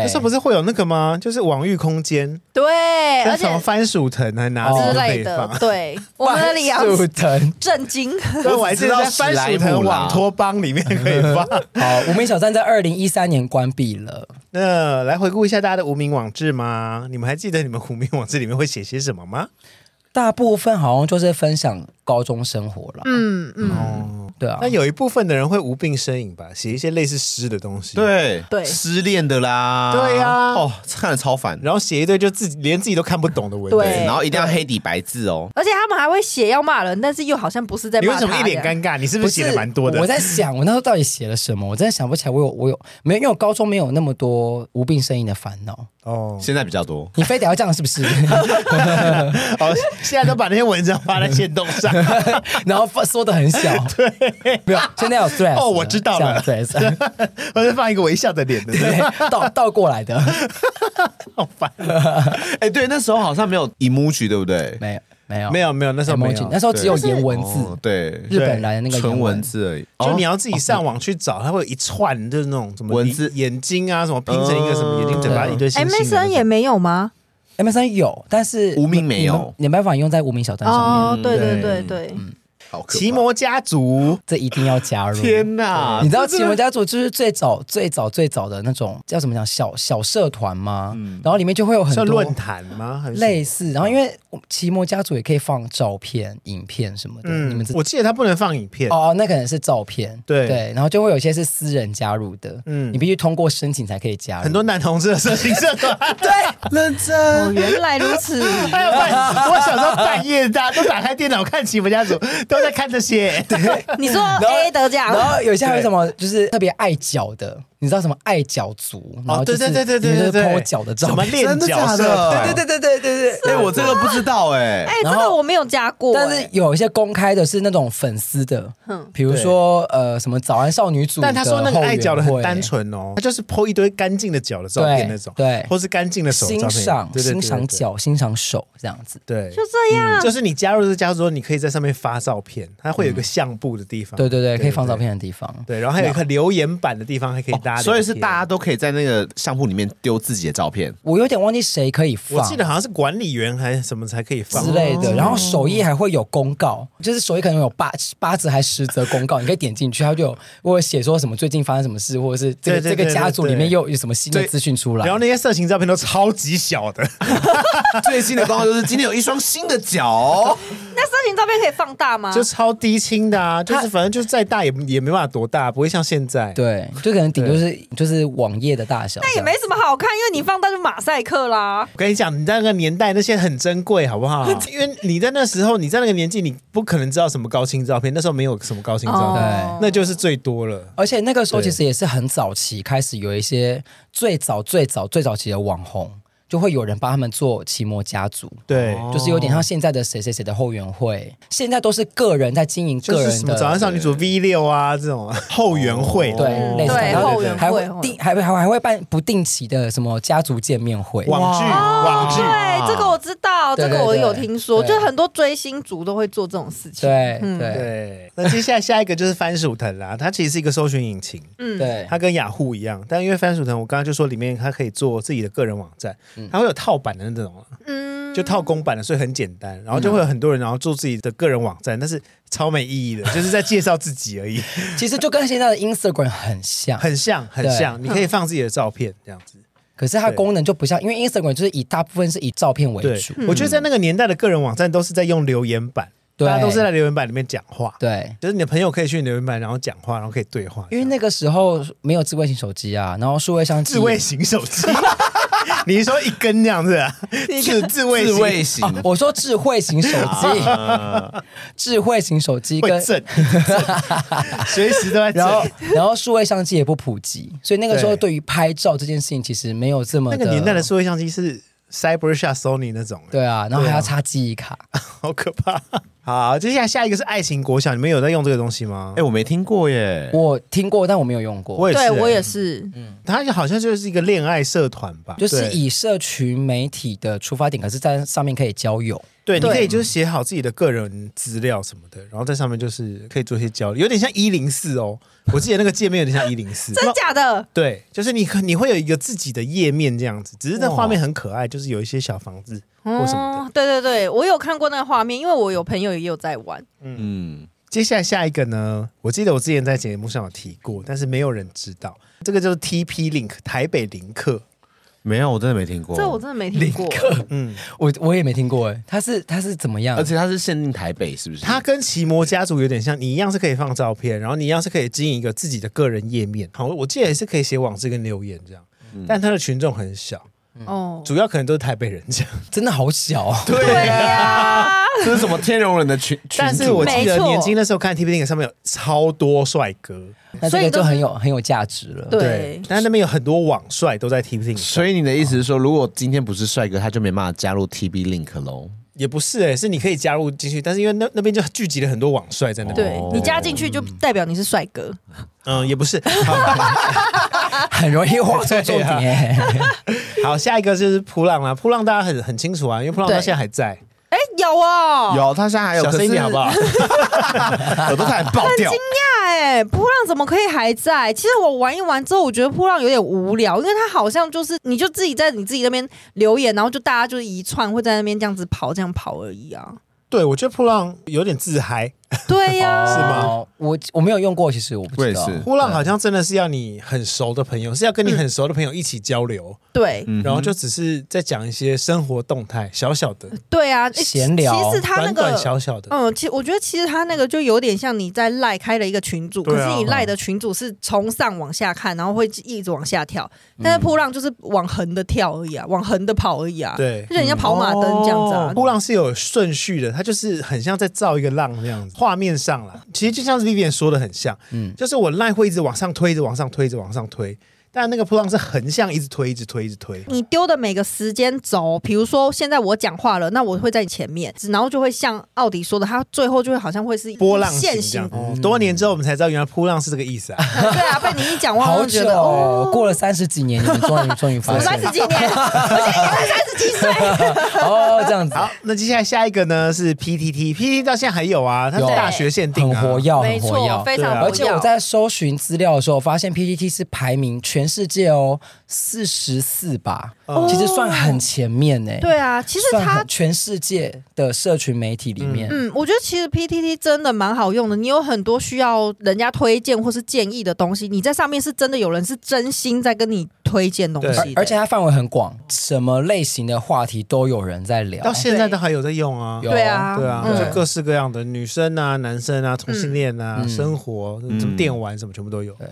S1: 那时候不是会有那个吗？就是网域空间，
S4: 对，哎而
S1: 跟什么
S4: 且
S1: 番薯藤还拿什么
S4: 之
S1: 都可以
S4: 类的
S1: 哦 放，。
S4: 对，我们的李 阳
S2: 树藤。
S4: 震惊，
S1: 对，我还记得在番薯藤网托邦里面可以放。
S2: 好，无名小站在二零一三年关闭了。
S1: 那来回顾一下大家的无名网志吗？你们还记得你们无名网志里面会写些什么吗？
S2: 大部分好像就是分享高中生活了，
S4: 嗯嗯，
S2: 对啊
S1: 那，有一部分的人会无病呻吟吧，写一些类似诗的东西。。
S3: 对
S4: 对
S3: 失恋的啦，
S1: 对啊
S3: 哦，看了超烦。
S1: 然后写一堆就自己连自己都看不懂的文
S4: 对
S1: 字，
S3: 然后一定要黑底白字哦。
S4: 而且他们还会写要骂人，但是又好像不是在
S1: 你
S4: 骂
S1: 为
S4: 他
S1: 什么一脸
S4: 这样
S1: 尴尬？你是不是写的蛮多的？
S2: 我在想，我那时候到底写了什么？我真的想不起来。我有，我有，没有，因为我高中没有那么多无病呻吟的烦恼。
S1: 哦
S3: 现在比较多，
S2: 你非得要这样是不 是？
S1: 哦，现在都把那些文章发在线动 上，
S2: 然后放缩的很 小，对，没有，现在有 threads
S1: 哦我知道了
S2: t h r e a d
S1: 我就放一个微笑的脸的，
S2: 对， 倒倒过来的，
S1: 好烦。哦
S3: 哎，对，那时候好像没有 emoji，对不对？
S2: 没有，没有，
S1: 没有没有，那
S4: 哎
S1: 时候没
S2: emoji，
S1: 有
S2: 那，时候只有颜文
S3: 哦
S2: 字，
S3: 对，
S2: 日本来的那个
S3: 纯
S2: 颜
S3: 文，字而已。
S1: 就你
S3: 哦
S1: 要自己上网去找，它会有一串，就是那种什么
S3: 文字
S1: 眼睛啊，什么拼成一个什
S2: 哦
S1: 么眼睛、
S3: 嗯
S1: 嘴巴一堆星星的那种。
S4: MSN 也没有吗？
S2: ，MSN 有，但是
S3: 无名没有
S2: 你们你没办法用在无名小站上面，
S4: 哦，对
S1: 对
S4: 对对对，
S3: 好可怕
S1: 奇摩家族，
S2: 这一定要加入。
S3: 天哪！
S2: 你知道奇摩家族就是最早最早最早的那种叫什么讲小小社团吗？
S3: 嗯
S2: 然后里面就会有很
S1: 是
S2: 多
S1: 论坛吗？还是什么
S2: 类似，然后因为奇摩家族也可以放照片、影片什么的，你们
S1: 嗯
S2: 知，
S1: 我记得它不能放影片，
S2: 哦，那可能是照片，
S1: 对
S2: 对，然后就会有一些是私人加入的，
S1: 嗯
S2: 嗯，你必须通过申请才可以加入，
S1: 很多男同志的色情社团。
S2: 对，
S3: 认真
S4: 哦，原来如此。
S1: 还有半，我小时候半夜大家都打开电脑看《奇摩家族》，都在看这些。
S4: 你说 A 得奖
S2: 然，后有些还有什么就是特别爱脚的，你知道什么爱脚族，然后
S1: 哦，
S2: 就
S1: 对
S2: 是
S1: 对对对
S2: 里
S1: 对
S2: 面
S1: 对
S2: 就是
S1: 对，
S2: 剖脚的
S1: 什
S2: 照
S1: 么
S2: 片，
S1: 练脚
S3: 真的假
S1: 社
S3: 的
S1: 团，
S2: 对对对对对对。
S3: 哎，我这个不知道哎。
S4: 哎，这
S2: 然
S4: 个
S2: 后
S4: 我没有加过，
S2: 但是
S4: 哎
S2: 有一些公开的是那种粉丝的，比如说呃什么早安少女组的
S1: 但
S2: 后援会，
S1: 他说那个爱脚的很单纯哦，他就是剖一堆干净的脚的照片
S2: 对
S1: 那种，
S2: 对
S1: 或是干净的手的照
S2: 欣
S1: 片
S2: 赏
S1: 对对对
S2: 欣赏
S1: 对嗯对
S2: 脚、欣赏手这样子。
S1: 对，
S4: 就这样，
S1: 就是你加入这个家族之后，你可以在上面发照片，它会有一个相簿的地方，
S2: 嗯对对对，可以放照片的地方。哦
S1: 对，然后还有一个留言板的地方，还可以大家聊天，
S3: 哦所以是大家都可以在那个相簿里面丢自己的照 片。
S2: 我有点忘记谁可以放，
S1: 我记得好像是管理员还是什么才可以放哦
S2: 之类的。然后首页还会有公告，就是首页可能有八八折还十折公告，你可以点进去，它就有我写说什么最近发生什么事，或者是这个
S1: 对对对
S2: 这个家族里面
S1: 对
S2: 又有什么新的资讯出来
S1: 然。后那些色情照片都超级小 的，
S3: 最新的公告就是今天有一双新的 脚，
S4: 那色情照片可以放大吗？
S1: 就超低清的啊，就是反正就是再大也也没办法多大，不会像现在。
S2: 对，就可能顶多是就是网页的大小这样，
S4: 那也没什么好看，因为你放大就马赛克啦。
S1: 我跟你讲，你在那个年代那些很珍贵，好不 好？因为你在那时候，你在那个年纪，你不可能知道什么高清照片，那时候没有什么高清照片，
S2: 哦
S1: 那就是最多了。
S2: 而且那个时候
S1: 对
S2: 其实也是很早期开始有一些最早最早最早期的网红，就会有人帮他们做奇摩家族。
S1: 对，
S2: 就是有点像现在的谁谁谁的后援会，现在都是个人在经营
S1: 就
S2: 个
S1: 是什
S2: 人
S1: 么早上
S2: 的，哦
S1: 上女主 V 六啊这种后援会，
S2: 对，类似
S4: 对
S2: 这样
S4: 后援会
S2: 还会
S4: 后援会
S2: 定还会还会还会办不定期的什么家族见面会，
S1: 网剧
S3: 嗯
S1: 网剧。
S4: 哦
S3: 啊
S4: 对，这个我知道，
S2: 对
S4: 这
S2: 对
S4: 个我有听说，
S2: 对
S4: 就很多追星族都会做这种事情。
S2: 对
S4: 嗯
S2: 对
S1: 对，那接下来下一个就是番薯藤啦，它其实是一个搜寻引擎，
S4: 嗯，
S2: 对，
S1: 它跟雅虎一样，但因为番薯藤，我刚刚就说里面它可以做自己的个人网站，
S2: 嗯
S1: 它会有套版的那种，啊
S4: 嗯，
S1: 就套公版的，所以很简单，然后就会有很多人然后做自己的个人网站，但是超没意义的，就是在介绍自己 而已，
S2: 其实就跟现在的 Instagram 很像，
S1: 嗯很像很像，你可以放自己的照片这样子。
S2: 可是它
S1: 对
S2: 功能就不像，因为 Instagram 就是以大部分是以照片为
S1: 对
S2: 主，，
S1: 我觉得在那个年代的个人网站都是在用留言板，
S2: 对
S1: 大家都是在留言板里面讲话，
S2: 对。
S1: 就是你的朋友可以去留言板然后讲话，然后可以对话，
S2: 因为那个时候没有智慧型手机啊，然后数位相机，
S1: 自卫型手机。 你是说一根这样子、 啊，自自卫
S3: 自
S1: 型
S3: 卫型哦
S2: 啊，我说智慧型手机，智慧型手机
S1: 啊会
S2: 跟
S1: 震，随时都在震
S2: 然。后，然后数位相机也不普及，所以那个时候
S1: 对
S2: 对于拍照这件事情，其实没有这么
S1: 那个年代的。数位相机是 Cybershot Sony 那种，
S2: 对啊，然后还要插记忆卡，
S1: 好可怕。 好，接下来下一个是爱情国小，你们有在用这个东西吗？
S3: 哎，我没听过耶。
S2: 我听过，但我没有用过。
S1: 我也是、哎
S4: 对我也
S1: 是，
S4: 是，
S1: 它好像就是一个恋爱社团吧，
S2: 就是
S1: 对
S2: 以社群媒体的出发点，可是在上面可以交友。
S1: 对，你
S4: 对
S1: 可以就是写好自己的个人资料什么的，然后在上面就是可以做一些交流，有点像一零四哦，我记得那个界面有点像一零四，
S4: 真假的？
S1: 对，就是你可你会有一个自己的页面这样子，只是那画面很可爱，就是有一些小房子或什么的。
S4: 哦，对对对，我有看过那个画面，因为我有朋友也有在玩。
S3: 嗯，
S1: 接下来下一个呢，我记得我之前在节目上有提过，但是没有人知道，这个就是 TP Link 台北林克，
S3: 没有，我真的没听过。
S4: 这我真的没听过，
S1: 嗯，
S2: 我我也没听过哎，它是它是怎么样
S3: 而？且它是限定台北，是不是？
S1: 它跟奇摩家族有点像，你一样是可以放照片，然后你一样是可以经营一个自己的个人页面，好，我记得也是可以写网志跟留言这样，但它的群众很小，
S4: 哦，
S1: 主要可能都是台北人这样。
S2: 真的好小哦。
S4: 对呀，
S3: 这是什么天龙人的 群？群
S1: 但是
S3: 主
S1: 我
S3: 吗
S1: 记得
S4: 没错
S1: 年轻的时候看 TP Link 上面有超多帅哥，
S2: 那这
S4: 所以
S2: 个
S4: 都
S2: 就是很有很有价值了。
S4: 对
S1: 但那边有很多网帅都在 TP Link，
S3: 所以你的意思是说，如果今天不是帅哥，他就没办法加入 TB Link 喽？
S1: 也不是哎、是你可以加入进去，但是因为那那边就聚集了很多网帅在那边，哦
S4: 对你加进去就代表你是帅哥，
S1: 嗯，也不是。 好，
S2: 很容易画错重点
S1: 啊
S2: 哎。
S1: 好下一个就是扑浪啦，扑浪大家很很清楚啊，因为扑浪到
S4: 对
S1: 现在还在，
S4: 哎，有哦，
S3: 有，他现在还有，
S1: 小声一点好 不好？？
S3: 耳朵差点爆掉。
S4: 哎，波浪怎么可以还在？其实我玩一玩之后，我觉得波浪有点无聊，因为它好像就是你就自己在你自己那边留言，然后就大家就是一串会在那边这样子跑，这样跑而已啊。
S1: 对，我觉得扑浪有点自嗨，
S4: 对啊呀、
S1: 是吗
S2: 哦？我我没有用过，其实我不知道。
S3: 我也是
S1: 扑浪好像真的是要你很熟的朋友，是要跟你很熟的朋友一起交流，
S4: 对
S3: 嗯哼
S1: 然后就只是在讲一些生活动态，小小的，
S4: 对啊，欸
S2: 闲聊
S4: 其实它那
S1: 短
S4: 个
S1: 短小小的。
S4: 嗯，其我觉得其实它那个就有点像你在赖开了一个群组，
S1: 对
S4: 可
S1: 啊
S4: 是你赖的群组是从上往下看，然后会一直往下跳，
S1: 嗯
S4: 但是波浪就是往横的跳而已啊，往横的跑而已啊，，
S1: 对
S4: 就，人家跑马灯这样子啊。
S1: 扑哦浪是有顺序的，它就是很像在造一个浪那样子。画面上啦，其实就像是 Vivian 说的很像，
S2: 嗯
S1: 就是我 line 会一直往上推，一直往上推，一直往上推。但那个 plan 是横向一直推，一直推，一直推。
S4: 你丢的每个时间轴，比如说现在我讲话了，那我会在你前面，然后就会像奥迪说的，它最后就会好像会是
S1: 波浪
S4: 线
S1: 形这样
S4: 型，
S1: 哦，多年之后我们才知道，原来波浪是这个意思啊！
S2: 嗯
S4: 对啊，被你一讲，我好
S2: 好
S4: 像
S2: 久
S4: 觉得哦，
S2: 哦，过了三十几年，你们终于终于发
S4: 我
S2: 现
S4: 三十几年，我现在也才三十几岁，
S2: 哦，这样子，
S1: 好，那接下来下一个呢是 PTT，PTT 到现在还有啊，它是
S2: 有
S1: 大学限定
S2: 很
S1: 啊，
S2: 活跃，很
S4: 没
S2: 活
S4: 错，
S2: 跃。
S4: 非常
S1: 对啊
S4: 不
S2: 而且
S4: 要
S2: 我在搜寻资料的时候，发现 PPT 是排名全世界哦四十四吧，其实算很前面呢。
S4: 对啊，其实
S2: 算
S4: 它
S2: 很全世界的社群媒体里面，
S4: 嗯，我觉得其实 PTT 真的蛮好用的。你有很多需要人家推荐或是建议的东西，你在上面是真的有人是真心在跟你推荐东西
S1: 对
S4: 的，
S2: 而且它范围很广，什么类型的话题都有人在聊
S4: 哦
S1: 到。现在都还有在用啊。
S2: 有
S4: 对啊，
S1: 对啊，
S4: 嗯
S1: 就各式各样的女生啊、男生啊、同性恋啊、
S2: 嗯
S1: 生活、
S3: 嗯
S1: 什么电玩什么，全部都有。
S2: 对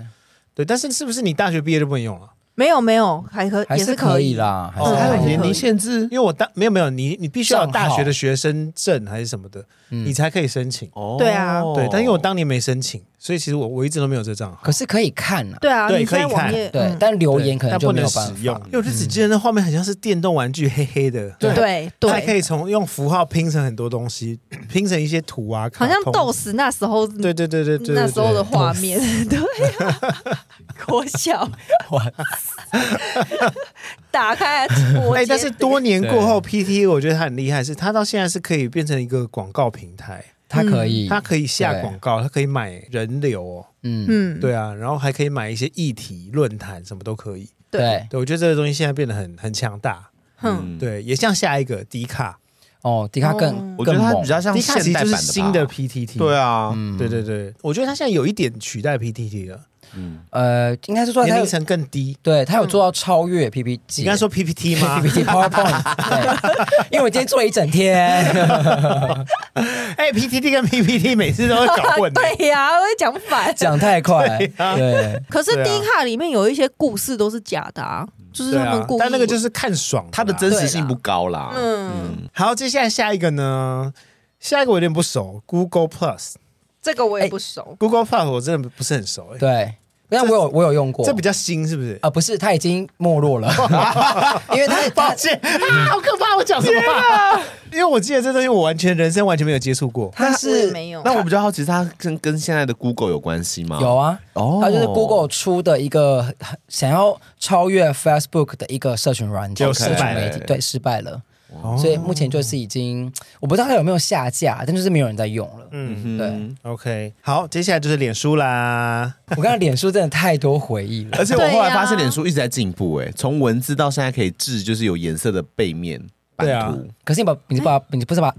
S1: 对，但是是不是你大学毕业就不能用了？
S4: 没有没有，还可
S2: 还
S4: 也
S2: 是
S4: 可
S2: 可以。啦，
S4: 嗯
S2: 还是
S1: 哦
S2: 可
S1: 还
S2: 以
S1: 有年龄
S3: 限制
S1: 因为我大没有没有你，你必须要有
S2: 账号
S1: 大学的学生证还是什么的，
S2: 嗯
S1: 你才可以申请。
S3: 哦
S4: 对啊
S1: 对，但因为我当年没申请，所以其实我我一直都没有这账号。
S2: 可是可以看啊，
S4: 对啊，
S1: 对
S4: 你现在
S1: 可以看
S4: 网页
S2: 对，
S4: 嗯
S2: 但留言可能
S1: 但
S2: 就
S1: 不
S2: 没
S1: 能
S2: 有
S1: 使
S2: 办法。嗯
S1: 用，因为我就只记得那画面很像是电动玩具，黑黑的。
S3: 对
S4: 对
S1: 它还可
S4: 对，
S1: 以从用符号拼成很多东西，拼成一些图啊，
S4: 好像
S1: 卡通
S4: 斗。死那时候
S1: 对对对对对，对
S4: 那时候的
S1: 对
S4: 画面， 对啊，国小
S2: 哇，
S4: 打开我
S1: 哎、但是多年过后，PT 我觉得它很厉害，是它到现在是可以变成一个广告平台，
S2: 它可
S4: 嗯
S2: 以，
S1: 它可以下
S2: 嗯对
S1: 广告，它可以买人流哦，
S2: 嗯，
S4: 嗯，
S1: 对啊，然后还可以买一些议题论坛，什么都可以。
S2: 对，
S1: 对，我觉嗯得这个东西现在变得很很强大。
S4: 哼，
S1: 对，也像下一个迪卡，
S2: 哦，迪卡
S4: 哦
S2: 更
S3: 我觉得
S2: 更
S3: 它
S2: 猛
S3: 比，较像
S1: 迪卡其
S3: 现
S1: 实
S3: 代
S1: 就
S3: 版
S1: 是
S3: 吧
S1: 新的 PTT。
S3: 对啊，
S2: 嗯
S1: 对对对，我觉得它现在有一点取代 PTT 了，
S3: 嗯，
S2: 呃，应该是说
S1: 年
S2: 它
S1: 龄
S2: 有，
S1: 层更低。
S2: 对它
S4: 嗯
S2: 有做到超越 PPT。
S1: 你刚才说 PPT 吗？
S2: PPT PowerPoint，对，因为我今天做了一整天，
S1: 哎，PTT 跟 PPT 每次都会搞混欸的。
S4: 对呀，我会讲反，
S2: 讲太快，对，
S4: 可是
S1: 对啊
S4: D 卡里面有一些故事都是假的啊，就是
S1: 对
S4: 他
S1: 啊
S4: 们故意。
S1: 但那个就是看爽啦，
S3: 它的真实性不高啦。
S4: 嗯，
S1: 好，接下来下一个呢？下一个我有点不熟，Google Plus，Google
S4: 这个我也不熟。
S1: Plus 我真的不是很熟、哎，
S2: 对。但我有我有用过，
S1: 这比较新是不是？
S2: 啊，不是，它已经没落 了，因为它
S1: 抱
S2: 它
S1: 歉
S4: 哎
S1: 啊，好可怕！我讲什么话？因为我记得这东西，我完全人生完全没有接触过。
S2: 它
S4: 我也
S2: 是
S4: 没有，
S3: 那我比较好奇，它跟跟现在的 Google 有关系吗？
S2: 有啊，
S3: 哦
S2: 它就是 Google 出的一个想要超越 Facebook 的一个社群软件，
S1: 就失
S2: 社群
S1: 败了
S2: 媒体，对，失败了。
S1: 哦
S2: 所以目前就是已经，我不知道它有没有下架，但就是没有人在用了。
S1: 嗯
S3: 嗯
S2: 对，
S1: ，OK，好，接下来就是脸书啦。
S2: 我刚才脸书真的太多回忆了，
S3: 而且我后来发现脸书一直在进步、哎，从文字到现在可以制就是有颜色的背面版
S1: 对啊
S3: 图。
S2: 可是你把你把你不是把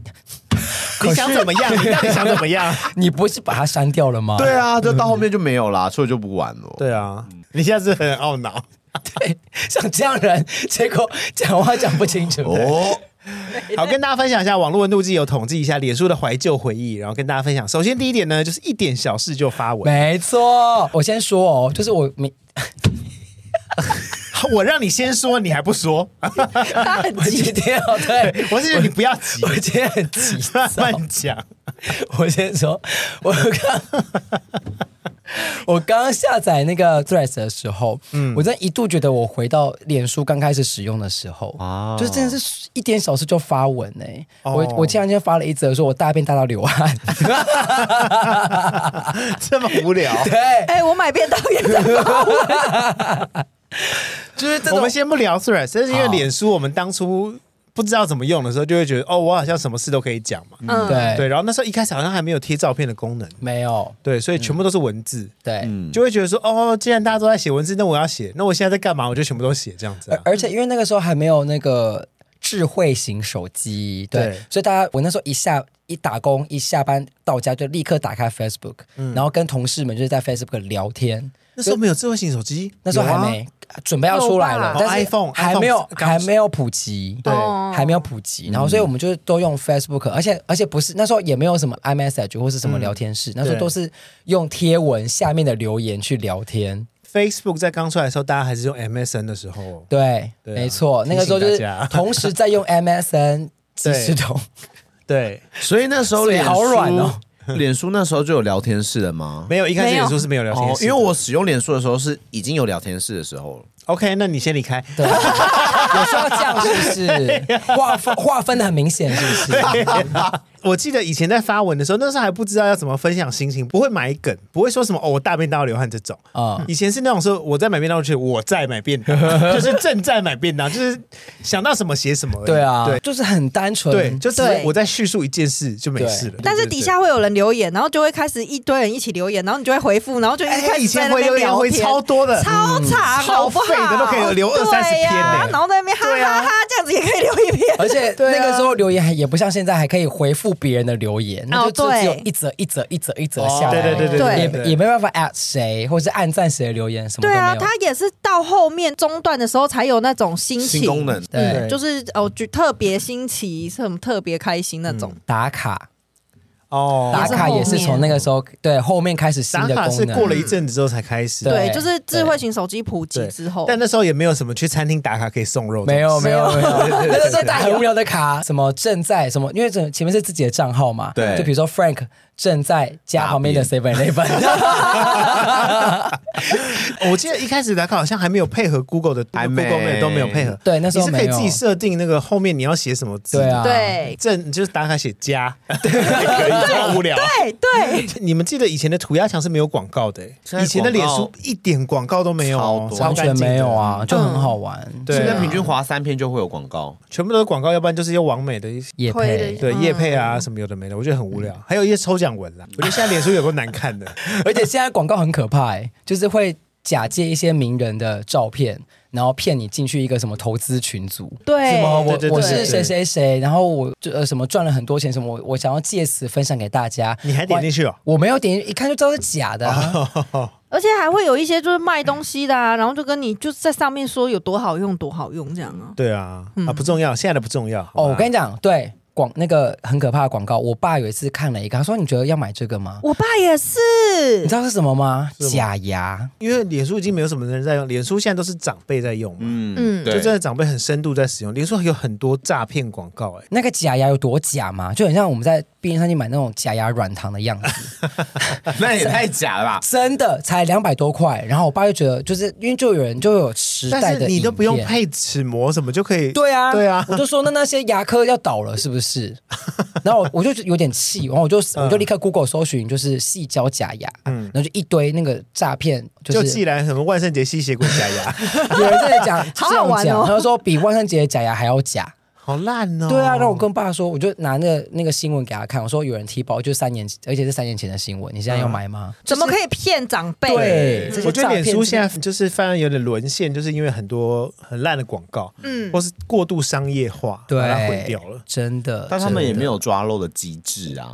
S1: 你想怎么样？你到底想怎么样？
S2: 你不是把它删掉了吗？
S3: 对啊，就到后面就没有啦，所以就不玩了。
S1: 对啊，你现在是很懊恼。
S2: 对， 像这样人，结果讲话讲不清楚。
S3: 哦，
S1: 好，跟大家分享一下网络温度计，有统计一下脸书的怀旧回忆，然后跟大家分享。首先第一点呢，就是一点小事就发文。
S2: 没错，我先说哦，就是我没
S1: 我让你先说，你还不说，
S4: 他 很
S2: 我今天哦，对
S1: 我是觉得你不要急
S2: 我，今天很急
S1: 慢
S2: 躁。
S1: 慢讲。
S2: 我先说，我刚 我刚刚下载那个 Threads 的时候，嗯，我真的一度觉得我回到脸书刚开始使用的时候，
S3: 啊
S2: 就是真的是一点小事就发文哎、
S1: 哦
S2: 我我前两天发了一则说我大便大到流汗，
S1: 这么无聊。
S2: 对，
S4: 哎，我买便当也在发文
S2: 就是这
S1: 我
S2: 种
S1: 们先不聊 Threads，但是因为
S2: 好
S1: 脸书，我们当初不知道怎么用的时候，就会觉得哦，我好像什么事都可以讲嘛。
S4: 嗯，
S2: 对
S1: 对，然后那时候一开始好像还没有贴照片的功能，
S2: 没有
S1: 对，所以全部都是文字，
S2: 对。
S3: 嗯，
S1: 就会觉得说哦，既然大家都在写文字，那我要写，那我现在在干嘛？我就全部都写这样子、
S2: 而
S1: 啊。
S2: 而且因为那个时候还没有那个智慧型手机，对，
S1: 对
S2: 所以大家我那时候一下一打工一下班到家就立刻打开 Facebook，、然
S1: 嗯
S2: 后跟同事们就是在 Facebook 聊天。
S1: 那时候没有智慧型手机，
S2: 那时候
S1: 啊
S2: 还没、准备要出来了
S4: 有吧，
S1: 哦
S2: 但是
S1: iPhone，
S2: 还没有
S1: iPhone 刚
S2: 还没有普及，
S1: 对嗯
S4: 哦
S2: 还没有普及。然后所以我们就都用 Facebook，而且而且不是那时候也没有什么 iMessage 或是什么聊天室，那时候
S1: 嗯对
S2: 都是用贴文下面的留言去聊天。
S1: 有 Facebook 在刚出来的时候，大家还是用 MSN 的时候，
S2: 对，
S1: 对啊
S2: 没错，那个时候就
S1: 提
S2: 是
S1: 醒大家
S2: 同时在用 MSN 即时通，
S1: 对，
S3: 所以那时候
S2: 嘴
S3: 脸书
S2: 好软哦。
S3: 脸书那时候就有聊天室了吗？
S1: 没有，一开始
S4: 没有
S1: 脸书是没有聊天
S3: 哦，
S1: 室
S3: 因
S1: 的，
S3: 为我使用脸书的时候是已经有聊天室的时候了。
S1: OK，那你先离开。
S2: 对，有时候这样是不是划分划分的很明显，是不是？
S1: 我记得以前在发文的时候，那时候还不知道要怎么分享心情，不会买梗，不会说什么哦，我大便大到流汗这种。
S2: 啊、
S1: 以前是那种说我在买便当，去我在买便当， 就是正在买便当，就是想到什么写什么而已。
S2: 对啊，嗯
S1: 对
S2: 就是很单纯，
S1: 对，就只是
S4: 对
S1: 我在叙述一件事就没事了。
S4: 但是
S1: 对
S4: 底下。会有人留言，然后就会开始一堆人一起留言，然后你就会回复，然后就一
S1: 对
S4: 直
S1: 对哎，
S4: 开
S1: 以
S4: 始在
S1: 前
S4: 那
S1: 回
S4: 边
S1: 留言
S4: 聊
S1: 回
S4: 天，
S1: 超多的，嗯
S4: 超长，
S1: 超
S4: 好不好
S1: 废的都可以留
S4: 对
S1: 20-30篇
S4: 呀
S1: 呢
S4: 然后在那边哈
S1: 对啊
S4: 哈哈这样子也可以留一篇，
S2: 而且
S1: 对啊
S2: 那个时候留言还也不像现在还可以回复别人的留言，那就只
S4: 对
S2: 只有一则一则一则一则
S3: 哦
S2: 下
S1: 对
S2: 来，
S1: 对对
S4: 对对
S1: 对
S2: 也也没办法 at 谁，或是按赞谁的留言，什么都
S4: 对
S2: 没
S4: 啊，
S2: 有。
S4: 他也是到后面中段的时候才有那种心情
S3: 新功能，
S2: 对
S1: 对
S4: 就是哦，就特别新奇，是很特别开心那种。
S2: 打卡
S1: 哦
S2: 打卡也是从那个时候对后面开始新
S1: 打
S2: 的
S1: 卡
S2: 功
S1: 是
S2: 能，嗯
S1: 过了一阵子之后才开始，
S2: 对
S4: 对，就是智慧型手机普及
S1: 对
S4: 之后，
S1: 但那时候也没有什么去餐厅打卡可以送肉，
S2: 没有没有没有，那个时候 打
S1: 对
S2: 很无聊的卡，什么正在什么，因为这前面是自己的账号嘛，
S3: 对
S2: 就比如说 Frank 正在家旁边的 Seven Eleven，
S1: 我记得一开始打卡好像还没有配合 Google 的
S3: 还没
S1: ，Google Map 都没有配合。
S2: 对那时
S1: 你
S2: 候
S1: 是可
S2: 没
S1: 以
S2: 有
S1: 自己设定那个后面你要写什么字。
S2: 对啊，
S4: 对
S1: 正就是打卡写 加，可以这么无 聊。
S4: 对对，
S1: 你们记得以前的涂鸦墙是没有广告的、欸以
S3: 现在广告
S1: 前的脸书一点广告都没有哦，
S3: 超多
S1: 超
S2: 完
S1: 干
S2: 全
S1: 净的
S2: 没有，啊，就很好玩，
S1: 对啊
S3: 现在平均划三篇就会有广告，
S1: 全部都是广告，要不然就是一些完美的一些。
S2: 也
S4: 推
S2: 配
S4: 的。
S1: 对
S4: 嗯
S1: 叶配啊，什么有的没的，我觉得很无
S2: 嗯
S1: 聊。还有一些抽奖文啦，我觉得现在脸书有够难看 的。
S2: 而且现在广告很可怕、欸，就是会假借一些名人的照片，然后骗你进去一个什么投资群组。
S4: 对
S2: 什么我
S1: 对对对
S2: 我是
S1: 对
S2: 谁谁谁，然后我就呃什么赚了很多钱，什么我我想要借此分享给大家。
S1: 你还点进去哦？
S2: 我没有点进去，一看就知道是假的啊、
S4: 而且还会有一些就是卖东西的啊，然后就跟你就是在上面说有多好用多好用这样啊。
S1: 对啊，啊不重要，现在的不重要。
S2: 嗯哦，我跟
S1: 你
S2: 你讲，对广那个很可怕的广告，我爸有一次看了一个，他说你觉得要买这个吗？
S1: 嗯
S4: 我爸也是，
S2: 你知道是什么吗？
S1: 什么
S2: 假牙。
S1: 因为脸书已经没有什么人在用，脸书现在都是长辈在用嘛，
S3: 嗯
S4: 嗯
S1: 就真的长辈很深度在使用。脸书有很多诈骗广告，哎，
S2: 那个假牙有多假吗？就很像我们在便利商店买那种假牙软糖 的样子，
S3: 那也太假 了吧？
S2: 真的才两百多块。然后我爸就觉得，就是因为就有人就有时代的
S1: 但是你都不用
S2: 影片。
S1: 配齿膜什么就可以。
S2: 对啊，
S1: 对啊
S2: 我就说那那些牙科要倒了是不是？ 然后我我就有点气，然后我就我
S1: 嗯
S2: 就立刻 Google 搜寻就是细胶假牙，然后就一堆那个诈骗，
S1: 就
S2: 就是
S1: 既然什么万圣节吸血鬼假牙，
S2: 有人在讲，
S4: 好好玩哦
S2: 这样讲他说比万圣节的假牙还要假。
S1: 好烂哦。
S2: 对啊，让我跟爸说，我就拿那个那个新闻给他看，我说有人提包，就三年，而且是三年前的新闻，你现在要买吗？
S4: 怎么可以骗长辈？
S2: 对，这些
S1: 我觉得脸
S2: 诈
S1: 书
S2: 骗
S1: 现在就是犯案有点沦陷，就是因为很多很烂的广告，
S4: 嗯
S1: 或是过度商业化，
S2: 对
S1: 把它毁掉了。
S2: 真的，
S3: 但他们也没
S2: 真的，
S3: 有抓漏的机制啊。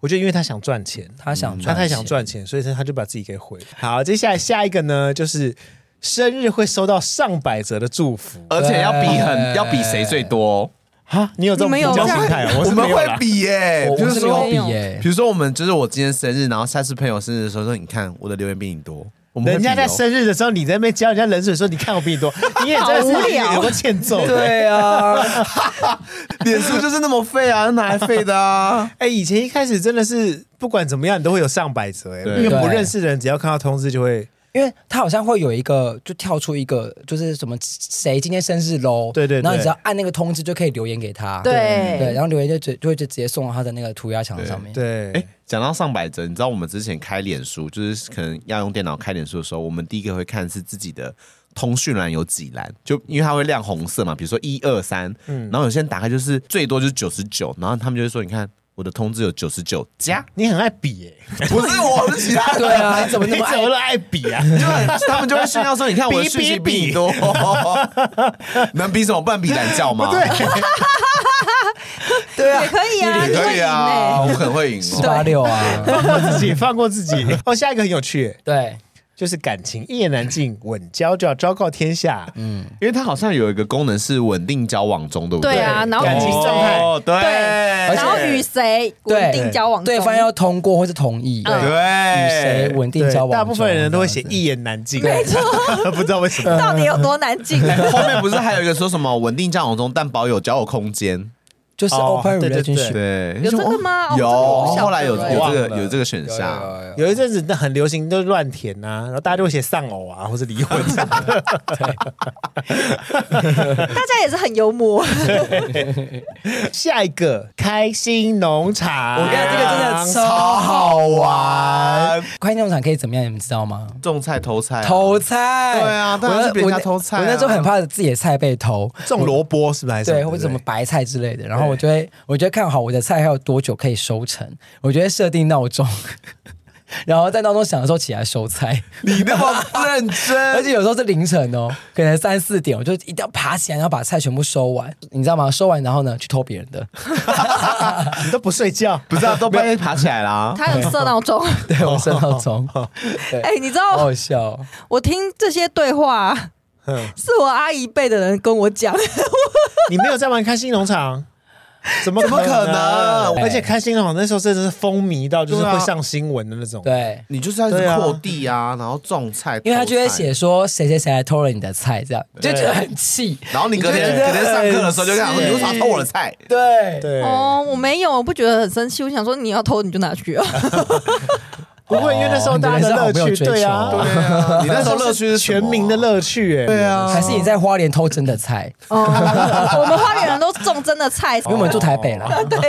S1: 我觉得因为他想赚钱，
S2: 他想
S1: 嗯他
S2: 赚，
S1: 太想，赚钱，所以他他就把自己给毁了。好，接下来下一个呢，就是生日会收到上百折的祝福
S3: 而且要比
S2: 对
S3: 很要比谁最多，
S1: 哈，你有这种
S4: 你们
S1: 比
S4: 有
S1: 较
S4: 这样
S1: 心态、哦？
S3: 我
S1: 是
S3: 们
S1: 没有
S3: 会
S1: 啦。
S3: 比耶、
S2: 我
S3: 比
S2: 我
S3: 如
S2: 是没有
S3: 说，
S2: 比耶
S3: 比，如说我们就是我今天生日，然后下次朋友生日的时候说，你看我的留言比你多，我们会
S1: 人家
S3: 比哦
S1: 在生日的时候，你在那边浇人家冷水，说你看我比你多，你也在
S4: 好无聊
S1: 有个欠揍。，
S2: 对啊，
S3: 哦 脸书就是那么废啊，哪来废的啊？
S1: 哎，以前一开始真的是不管怎么样，你都会有上百折，哎，
S3: 对
S1: 因为不
S2: 对
S1: 认识的人只要看到通知就会，
S2: 因为他好像会有一个，就跳出一个，就是什么谁今天生日喽，
S1: 对对对
S2: 然后你只要按那个通知就可以留言给他，
S4: 对
S2: 对，然后留言就直就会就直接送到他的那个涂鸦墙上面，
S1: 对，
S3: 哎，讲到上百折，你知道我们之前开脸书，就是可能要用电脑开脸书的时候，我们第一个会看是自己的通讯栏有几栏，就因为它会亮红色嘛，比如说一二三，然后有些人打开就是最多就是九十九，然后他们就会说，你看我的通知有九十九 加，
S1: 你很爱比、欸，
S3: 不是我，是 其他人。
S2: 对啊，你怎么
S1: 你
S2: 那么
S1: 怎
S2: 爱
S1: 么都爱比啊？
S3: 就很他们就会炫耀说：“你看我的讯息比你多， 能比什么？不能比懒觉吗？
S2: 对啊
S4: 也可以啊，
S3: 也
S4: 你
S3: 可
S4: 会
S3: 以
S4: 赢
S3: 啊，
S4: 欸
S3: 我很会赢
S2: 十
S3: 哦。
S2: 八六啊，
S1: 放过自己，放过自己。哦，下一个很有趣、欸
S2: 对，
S1: 就是感情一言难尽，稳交就要昭告天下。嗯，
S3: 因为它好像有一个功能是稳定交往中，对不
S4: 对啊，然后
S1: 感情
S4: 与
S1: 状态
S3: 哦对，
S2: 而且
S4: 然后与谁
S2: 对
S4: 稳定交往中？
S2: 对方要通过或是同意，
S4: 嗯
S2: 与谁
S3: 对，
S2: 稳定交往中，
S1: 大部分人都会写
S2: 这样子
S1: 一言难尽，没错， 不知道为什
S3: 嗯
S1: 么。
S4: 到底有多难进？
S3: 后面不是还有一个说什么稳定交往中，但保有交友空间？
S2: 就是
S1: 哦
S2: open
S1: 对对对
S2: relationship，
S3: 对，
S4: 有这个吗
S3: 有，
S4: 哦这个我不晓得
S3: 后来有
S1: 欸
S3: 有这
S1: 忘
S3: 个
S1: 了
S3: 有这个选
S2: 有
S3: 项，
S2: 有有有
S1: 有一阵子那很流行，都乱填呐、然后大家就会写丧偶啊，或是离婚这样。
S4: 大家也是很 幽默，
S1: 下一个开心农场，
S2: 我跟你讲这个真的超
S3: 啊
S1: 好玩，
S2: 快进农场可以怎么样？你们知道吗？
S3: 种菜偷菜啊，
S2: 偷菜，
S3: 对啊当然
S2: 我那
S3: 是别人家
S2: 我那
S3: 偷菜啊
S2: 我那时候很怕自己的菜被偷，
S1: 种萝卜 是不是还是？
S2: 对，或者什么白菜之类的。然后我就会，我就会看好我的菜还有多久可以收成，我就会设定闹钟， 然后在闹钟响的时候起来收菜。
S3: 你那么认真，
S2: 而且有时候是凌晨哦，可能三四点，我就一定要爬起来，然后把菜全部收完，你知道吗？收完然后呢，去偷别人的。
S1: 你都不睡觉，
S3: 不是啊，都半夜爬起来啦。
S4: 他有设闹钟。
S2: 对我设闹 钟，好
S4: 哎、你知道
S2: 好笑哦。
S4: 我听这些对话啊，
S1: 嗯
S4: 是我阿姨辈的人跟我讲，
S1: 你没有在玩开心农场？怎么怎
S3: 么可能
S1: 而且开心农场那时候真的是风靡到就是
S3: 对啊
S1: 会上新闻的那种。
S2: 对，
S3: 你就是要一直
S1: 对啊
S3: 扩地啊，然后种菜，
S2: 因为他就会
S3: 偷菜
S2: 写，说谁谁谁来偷了你的菜，这样就觉得很气。
S3: 然后你隔
S2: 你
S3: 天
S2: 就觉
S3: 隔
S2: 得
S3: 天上课的时候就跟他说，
S2: 很
S3: 你为啥偷我的菜？
S2: 对，
S1: 对，
S4: 哦，我没有，我不觉得很生气，我想说你要偷你就 拿去啊。
S1: 不会，因为那时候大家的乐
S2: 哦你的
S1: 趣，
S2: 人生好没有追求
S1: 对啊，
S2: 哦
S1: 对
S3: 啊你 那时候乐趣是什么
S1: 全民的乐趣，哎，对啊，
S2: 还是你在花莲偷真的菜？
S4: 哦，我们花莲人都种真的菜，
S2: 哦
S1: 哦
S2: 因为我们住台 北啦，
S4: 对，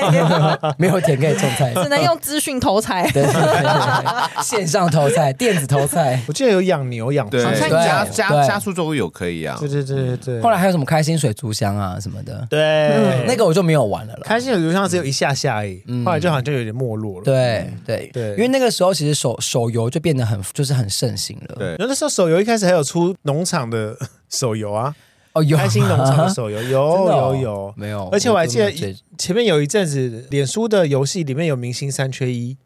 S2: 没有田可以种菜。
S4: 只能用资讯偷菜。
S2: 对对对对对，线上投菜、电子投菜。
S1: 我记得有养牛养猪，
S3: 对，
S2: 像
S1: 对
S3: 加
S2: 对
S3: 加
S2: 对
S3: 加速都有可以啊。
S1: 对对对对，
S2: 后来还有什么开心水族箱啊什么的，
S1: 对
S2: 那个我就没有玩了啦。
S1: 开心的流像只有一下下而已，后来就好像就有点没落了。，
S2: 对对
S1: 嗯对
S2: 因为那个时候其实手手游就变得很就是很盛行了。
S3: 对
S1: 然后那时候手游一开始还有出农场的手游啊，
S2: 哦，有
S1: 开心农场的手游有
S2: 真的哦
S1: 有有，
S2: 没有？
S1: 而且我还记得
S2: 真的没有
S1: 前面有一阵子脸书的游戏里面有明星三缺一，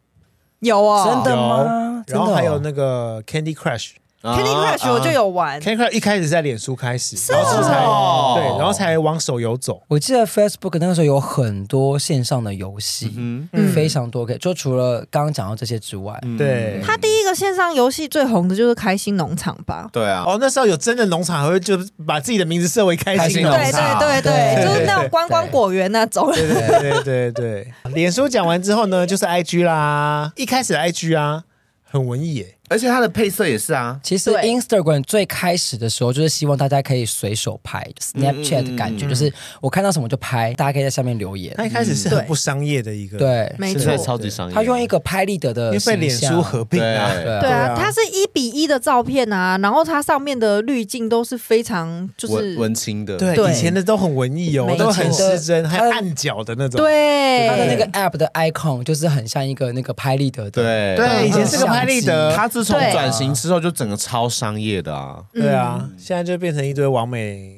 S4: 有啊、
S2: 真的
S1: 有
S2: 吗，
S1: 然后还有
S2: 真的哦
S1: 那个 Candy Crush。
S3: 啊
S4: Candy Crush 我就。
S3: 啊
S4: 有玩，
S1: Candy Crush 一开始在脸书开始，然后才
S3: 哦
S1: 对，然后才往手游走。
S2: 我记得 Facebook 那个时候有很多线上的游戏，
S3: 嗯，
S4: 嗯
S2: 非常多可以。就除了刚刚讲到这些之外，
S3: 嗯
S1: 对
S4: 他第一个线上游戏最红的就是开心农场吧。
S3: 对啊，
S1: 哦，那时候有真的农场还会就是把自己的名字设为开心农
S3: 农
S4: 对
S1: 场。
S3: 场
S4: 对对对，
S2: 对
S4: 就是那种观光果园啊那种。
S1: 对对对对，脸书讲完之后呢，就是 IG 啦。一开始的 IG 啊，很文艺耶，
S3: 而且它的配色也是啊，
S2: 其实
S4: 对
S2: Instagram 最开始的时候，就是希望大家可以随手拍，Snapchat
S1: 嗯
S2: 的感觉，就是我看到什么就拍，大家可以在下面留言。
S1: 它一开始是很不商业的一个，，
S2: 对，
S4: 没
S3: 现在
S4: 错
S3: 超级商业。
S2: 他用一个拍立得
S1: 因
S2: 的
S1: 为
S2: 形象，
S1: 被脸书合并啊。
S3: 对
S2: 对
S4: 对
S2: 啊
S1: 对
S4: 啊
S1: 啊，
S4: 它是一比一的照片啊，然后它上面的滤镜都是非常就是
S3: 文文青的，
S1: 对，
S4: 对
S1: 以前的都很文艺哦
S2: 没，错
S1: 都很失真，还有暗角的那种。
S4: 对
S2: 它的那个 app 的 icon 就是很像一个那个拍立得的，
S3: 对
S1: 对，以前是个拍立得，
S3: 他自从
S4: 对
S3: 转型之后就整个超商业的啊，
S1: 对啊，现在就变成一堆完美。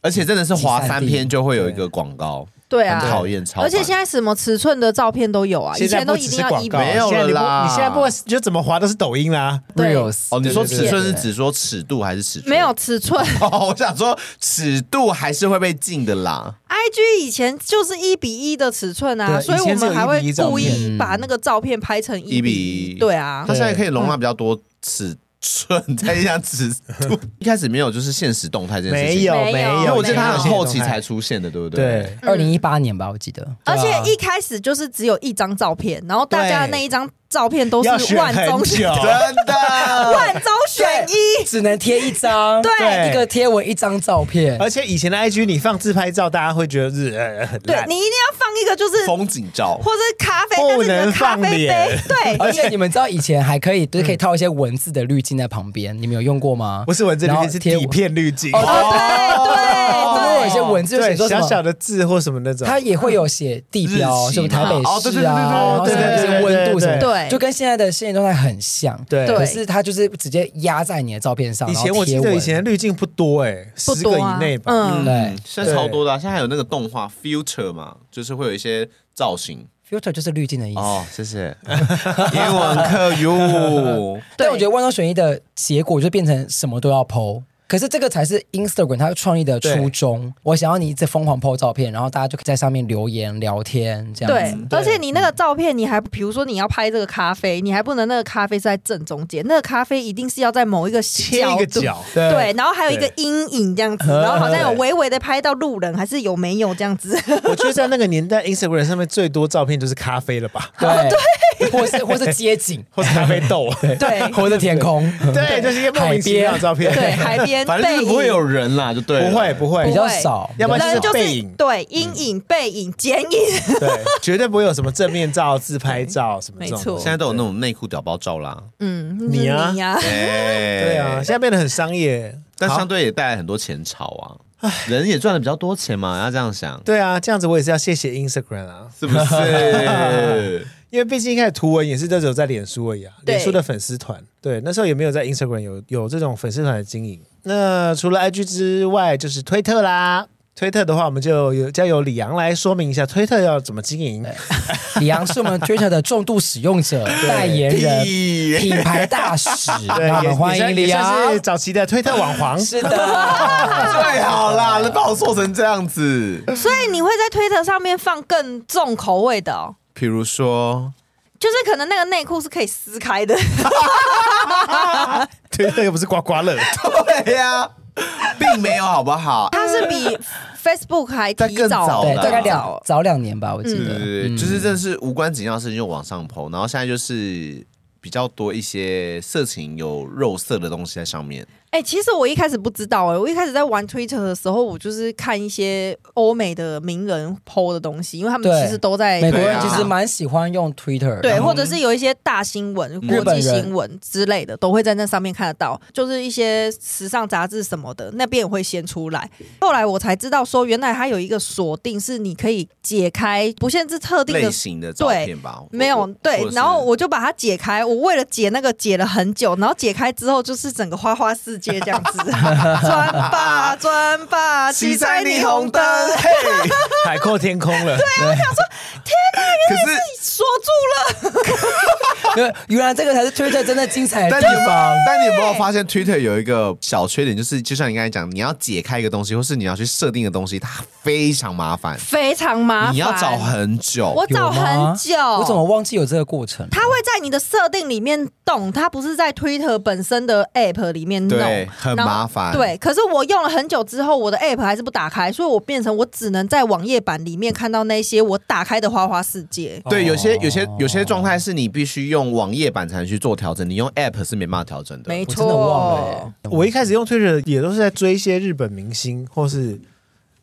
S3: 而且真的是滑三篇就会有一个广告，
S4: 对
S3: 很
S4: 啊，
S3: 讨厌，超烦
S4: 而且现在什么尺寸的照片都有啊，以
S1: 现在
S4: 前都
S1: 不
S4: 一
S1: 只
S4: 定
S1: 是
S4: 要
S1: 广
S4: 一比
S1: 告，
S3: 一，没有
S1: 现在你不
S3: 了啦
S1: 你现在不管就怎么滑都是抖音啦。
S4: 对
S2: reels
S3: 哦，你说
S2: 对
S3: 尺寸是
S2: 对
S3: 指说尺度还是尺寸？
S4: 没有尺寸。
S3: 哦，我想说尺度还是会被禁的啦。
S4: IG 以前就是一比一的尺寸啊，
S1: 对
S4: 所以我们还会
S1: 以前只有1:1照
S4: 故意
S2: 片
S4: 把那个照片拍成一
S3: 1:1
S4: 对啊
S3: 它，现在可以容纳比较多尺寸，再加尺度。一开始没有就是现实动态这件事情，
S1: 没有
S4: 没有
S1: 没有，
S3: 因为我记得它
S4: 没有
S3: 很后期才出现的，对不对？
S1: 对。
S2: 二零一八年吧，我记得。
S4: 而
S1: 对啊
S4: 且一开始就是只有一张照片，然后大家的
S1: 对
S4: 那一张照片都
S1: 要
S4: 是
S1: 选
S4: 万
S1: 很
S4: 中
S1: 久
S4: 选，，
S3: 真
S1: 嗯
S3: 的。
S4: 万中选一，
S2: 只能贴一张，
S1: 对
S2: 一个贴文一张照片，
S1: 而且以前的 IG 你放自拍照，大家会觉得是呃很
S4: 对
S1: 烂
S4: 你一定要放一个就是
S3: 风景照，
S4: 或者是咖啡，但
S1: 不
S4: 是你的
S1: 能
S4: 咖
S1: 放
S4: 啡杯
S1: 脸，哎
S4: 对，
S2: 而且你们知道以前还可
S1: 嗯
S2: 以，就是可以套一些文字的滤镜在旁边，你们有用过吗？
S1: 不是文字滤
S2: 然后
S1: 镜，是
S2: 贴
S1: 底片滤镜。
S2: 哦
S4: 对
S2: 旁边有一些文字，就
S1: 哦对
S2: 写，说什
S1: 小
S2: 么
S1: 小的字或什么那种，
S2: 它也会有写地标，
S3: 日期
S2: 什么台北
S3: 嘛哦对对
S2: 市啊，
S3: 对
S1: 对对对
S2: 然后上面有一些温度什么的，
S4: 对对对对
S2: 就跟现在的现实状态很像。
S1: 对
S2: 可是它就是直接压在你的照片上，
S1: 以前
S2: 然后
S1: 我
S2: 贴
S1: 记
S2: 文
S1: 得以前滤镜不多哎，
S4: 不
S1: 十
S4: 多
S1: 个
S4: 啊
S1: 以内吧。
S4: 嗯，
S2: 对
S3: 现在超多的啊、现在还有那个动画 Future 嘛，就是会有一些造型
S2: filter 就是滤镜的意思。
S3: 哦。谢 谢，英文课哟。
S2: 但我觉得万中选一的结果就变成什么都要剖。可是这个才是 Instagram 它创立的初衷。我想要你一直疯狂 po 照片，然后大家就可以在上面留言聊天这样
S4: 对
S2: 子。，
S1: 对
S4: 而且你那个照片，你还比如说你要拍这个咖啡，你还不能那个咖啡是在正中间，那个咖啡一定是要在某一个
S1: 切一
S4: 角
S1: 个
S4: 度，
S1: 角，
S2: 对
S4: 对，然后还有一个阴影这样子，然后好像有
S1: 对
S4: 微微的拍到路人，还是有没有这 样子？
S1: 我觉得在那个年代，Instagram 上面最多照片就是咖啡了吧，
S2: 对， 或是或是街 景，
S1: 或是咖啡豆，
S4: 对
S2: 或是天空，
S1: 对，就是一些莫名其妙的照片，
S4: 对，海边
S3: 反正就
S4: 背
S3: 是
S4: 影
S3: 不会有人啦，就对了，
S1: 不会不会
S2: 比，较少。
S1: 要不然
S4: 人
S1: 就是
S4: 就是
S1: 背影，嗯
S4: 对阴影、背影、剪影，
S1: 对，绝对不会有什么正面照、自拍照什么这种
S4: 没
S1: 东西。
S4: 错
S3: 现在都有那种内裤屌包照啦。
S4: 嗯，
S1: 你啊
S4: 你呀，
S3: 哎，
S1: 对啊，现在变得很商业，
S3: 但
S1: 好
S3: 相对也带来很多钱潮啊，人也赚的比较多钱嘛，要这样想，
S1: 对啊，这样子我也是要谢谢 Instagram 啊，
S3: 是不是？
S1: 因为毕竟一开始图文也是这种在脸书而已啊，
S4: 对
S1: 脸书的粉丝团，对，那时候也没有在 Instagram 有有这种粉丝团的经营。那除了 IG 之外，就是推特啦。推特的话，我们就有交由李阳来说明一下推特要怎么经营。
S2: 李阳是我们 Twitter 的重度使用者、代言人、
S3: 屁
S2: 品牌大使，
S1: E 对，
S2: 让我们欢
S1: 也
S2: 迎
S1: 也算也
S2: 李阳
S1: 算。是早期的推特网 黄。
S2: 是的，
S3: 最好啦，能把我做成这样子。
S4: 所以你会在推特上面放更重口味的哦。
S3: 比如说，
S4: 就是可能那个内裤是可以撕开的，
S1: 推特又不是刮刮乐，
S3: 对呀、并没有好不好？
S4: 它是比 Facebook 还
S3: 但
S4: 提
S3: 更
S4: 早
S3: 早
S4: 的，
S2: 对，
S3: 啦
S2: 大概两早两年吧，我记
S3: 对
S1: 嗯
S2: 得。
S4: 嗯
S3: 对对，就是真的是无关紧要的事情就往上抛，然后现在就是比较多一些色情有肉色的东西在上面。
S4: 哎、其实我一开始不知道哎、我一开始在玩 Twitter 的时候，我就是看一些欧美的名人 PO 的东西，因为他们
S2: 对
S4: 其实都在
S2: 美国
S3: 对
S2: 人
S3: 啊
S2: 其实蛮喜欢用 Twitter，
S4: 对，
S2: 然后
S4: 或者是有一些大新闻、
S2: 日
S4: 国
S2: 本
S4: 际
S2: 人
S4: 新闻之类的，都会在那上面看得到，就是一些时尚杂志什么的，那边也会先出来。后来我才知道说，原来它有一个锁定是你可以解开，不限制特定
S3: 类
S4: 的
S3: 型的照片吧，我
S4: 没有对
S3: 或，是
S4: 然后我就把它解开。我为了解那个解了很久，然后解开之后就是整个花花世界这样子，钻吧钻吧，骑在霓 虹灯，哎
S3: 嘿，
S1: 海阔天空了。
S3: 可是
S4: 锁住了。
S2: 因为 原来这个才是 Twitter 真的精彩的
S3: 但
S2: 地
S3: 你有没有
S2: 方。
S3: 但你有没有发现 Twitter 有一个小缺点，就是就像你刚才讲，你要解开一个东西，或是你要去设定一个东西，它非常麻烦，
S4: 非常麻烦，
S3: 你要找很久。
S4: 我找啊很久，
S2: 我怎么忘记有这个过程？
S4: 它会在你的设定里面动，它不是在 Twitter 本身的 App 里面弄，
S3: 对，很
S4: 然后
S3: 麻烦。
S4: 对，可是我用了很久之后，我的 App 还是不打开，所以我变成我只能在网页版里面看到那些我打开的花花世界。
S3: 对，有些
S2: 哦
S3: 有些有些状态是你必须用网页版才能去做调整，你用 App 是没办法调整的。
S4: 没
S2: 我真的忘了
S4: 错
S2: 耶，
S1: 我一开始用推特也都是在追一些日本明星或是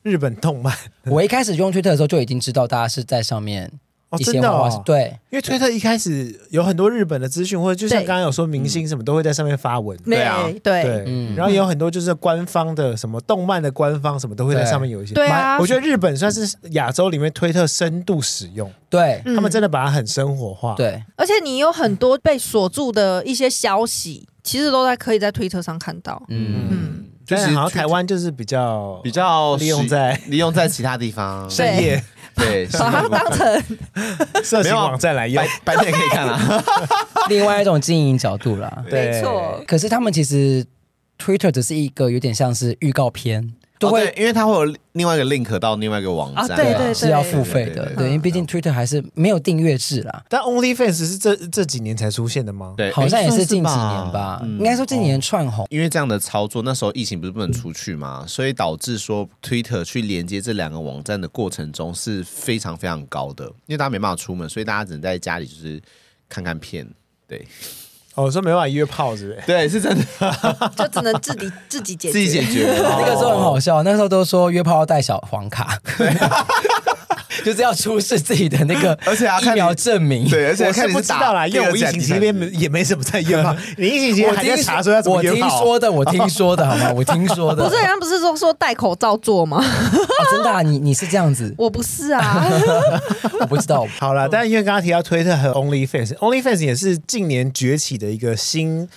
S1: 日本动漫。
S2: 我一开始用 Twitter 的时候就已经知道大家是在上面
S1: 哦，
S2: 一
S1: 真
S2: 些
S1: 的
S2: 花花、
S1: 哦，
S2: 对，
S1: 因为推特一开始有很多日本的资讯，或者就像
S4: 对
S1: 刚刚有说明星什么都会在上面发文，
S4: 没
S3: 对啊
S4: 对
S1: 对，
S2: 嗯
S1: 然后也有很多就是官方的什么动漫的官方什么都会在上面有一些。
S4: 对啊
S1: 我觉得日本算是亚洲里面推特深度使用，
S2: 对、
S4: 嗯
S1: 他们真的把它很生活化。，
S2: 对，
S4: 而且你有很多被锁住的一些消息，其实都在可以在推特上看到。
S2: 嗯，
S4: 嗯，
S1: 就
S3: 就是是
S1: 好像台湾就是比较
S3: 比较
S1: 利用在
S3: 利用在其他地 方，
S4: 是
S1: 深夜
S3: 对，
S4: 把 它当成
S1: 色情
S3: 没有
S1: 网站来用
S3: 白。白天也可以看 啊。
S2: 另外一种经营角度啦。
S1: 对
S4: 没错，
S2: 可是他们其实 Twitter 只是一个有点像是预告片，都
S3: 哦
S2: 会、
S3: 对因为它会有另外一个 link 到另外一个网站，
S4: 啊对对
S2: 是要付费的，
S3: 对对对
S2: 对，因为毕竟 Twitter 还是没有订阅制啦。
S1: 但 OnlyFans 是这这几年才出现的吗？
S3: 对，
S2: 好像也
S3: 诶
S2: 是
S3: 算嗯
S2: 近几年吧，应该说近几年串红。
S3: 因为这样的操作，那时候疫情不是不能出去嘛，所以导致说 Twitter 去连接这两个网站的过程中是非常非常高的，因为大家没办法出门，所以大家只能在家里就是看看片。对
S1: 哦，我说没办法约炮是不是？
S3: 对，是真的，
S4: 就只能自己自己 解
S3: 自己
S4: 决。
S3: 解决。
S1: 哦
S2: 那个时候很好笑，那时候都说约炮要带小黄卡， 就是要出示自己的那个
S3: 而且要
S2: 疫
S3: 看你
S2: 苗证明。
S3: 对，而且
S1: 我是不知道啦，因为我疫情期间没也没什么在约炮，你疫情期间
S2: 我
S1: 还
S2: 听
S1: 在查说要怎么
S2: 我
S1: 约
S2: 听
S1: 炮哦。
S2: 说的，我听说的好吗？我听说的，
S4: 不是，人家不是说说戴口罩做吗？
S2: 哦真的啊，你你是这样子，
S4: 我不是啊，
S2: 我不知道。
S1: 好了，但因为刚刚提到推特和 OnlyFans，OnlyFans 也是近年崛起的一个新，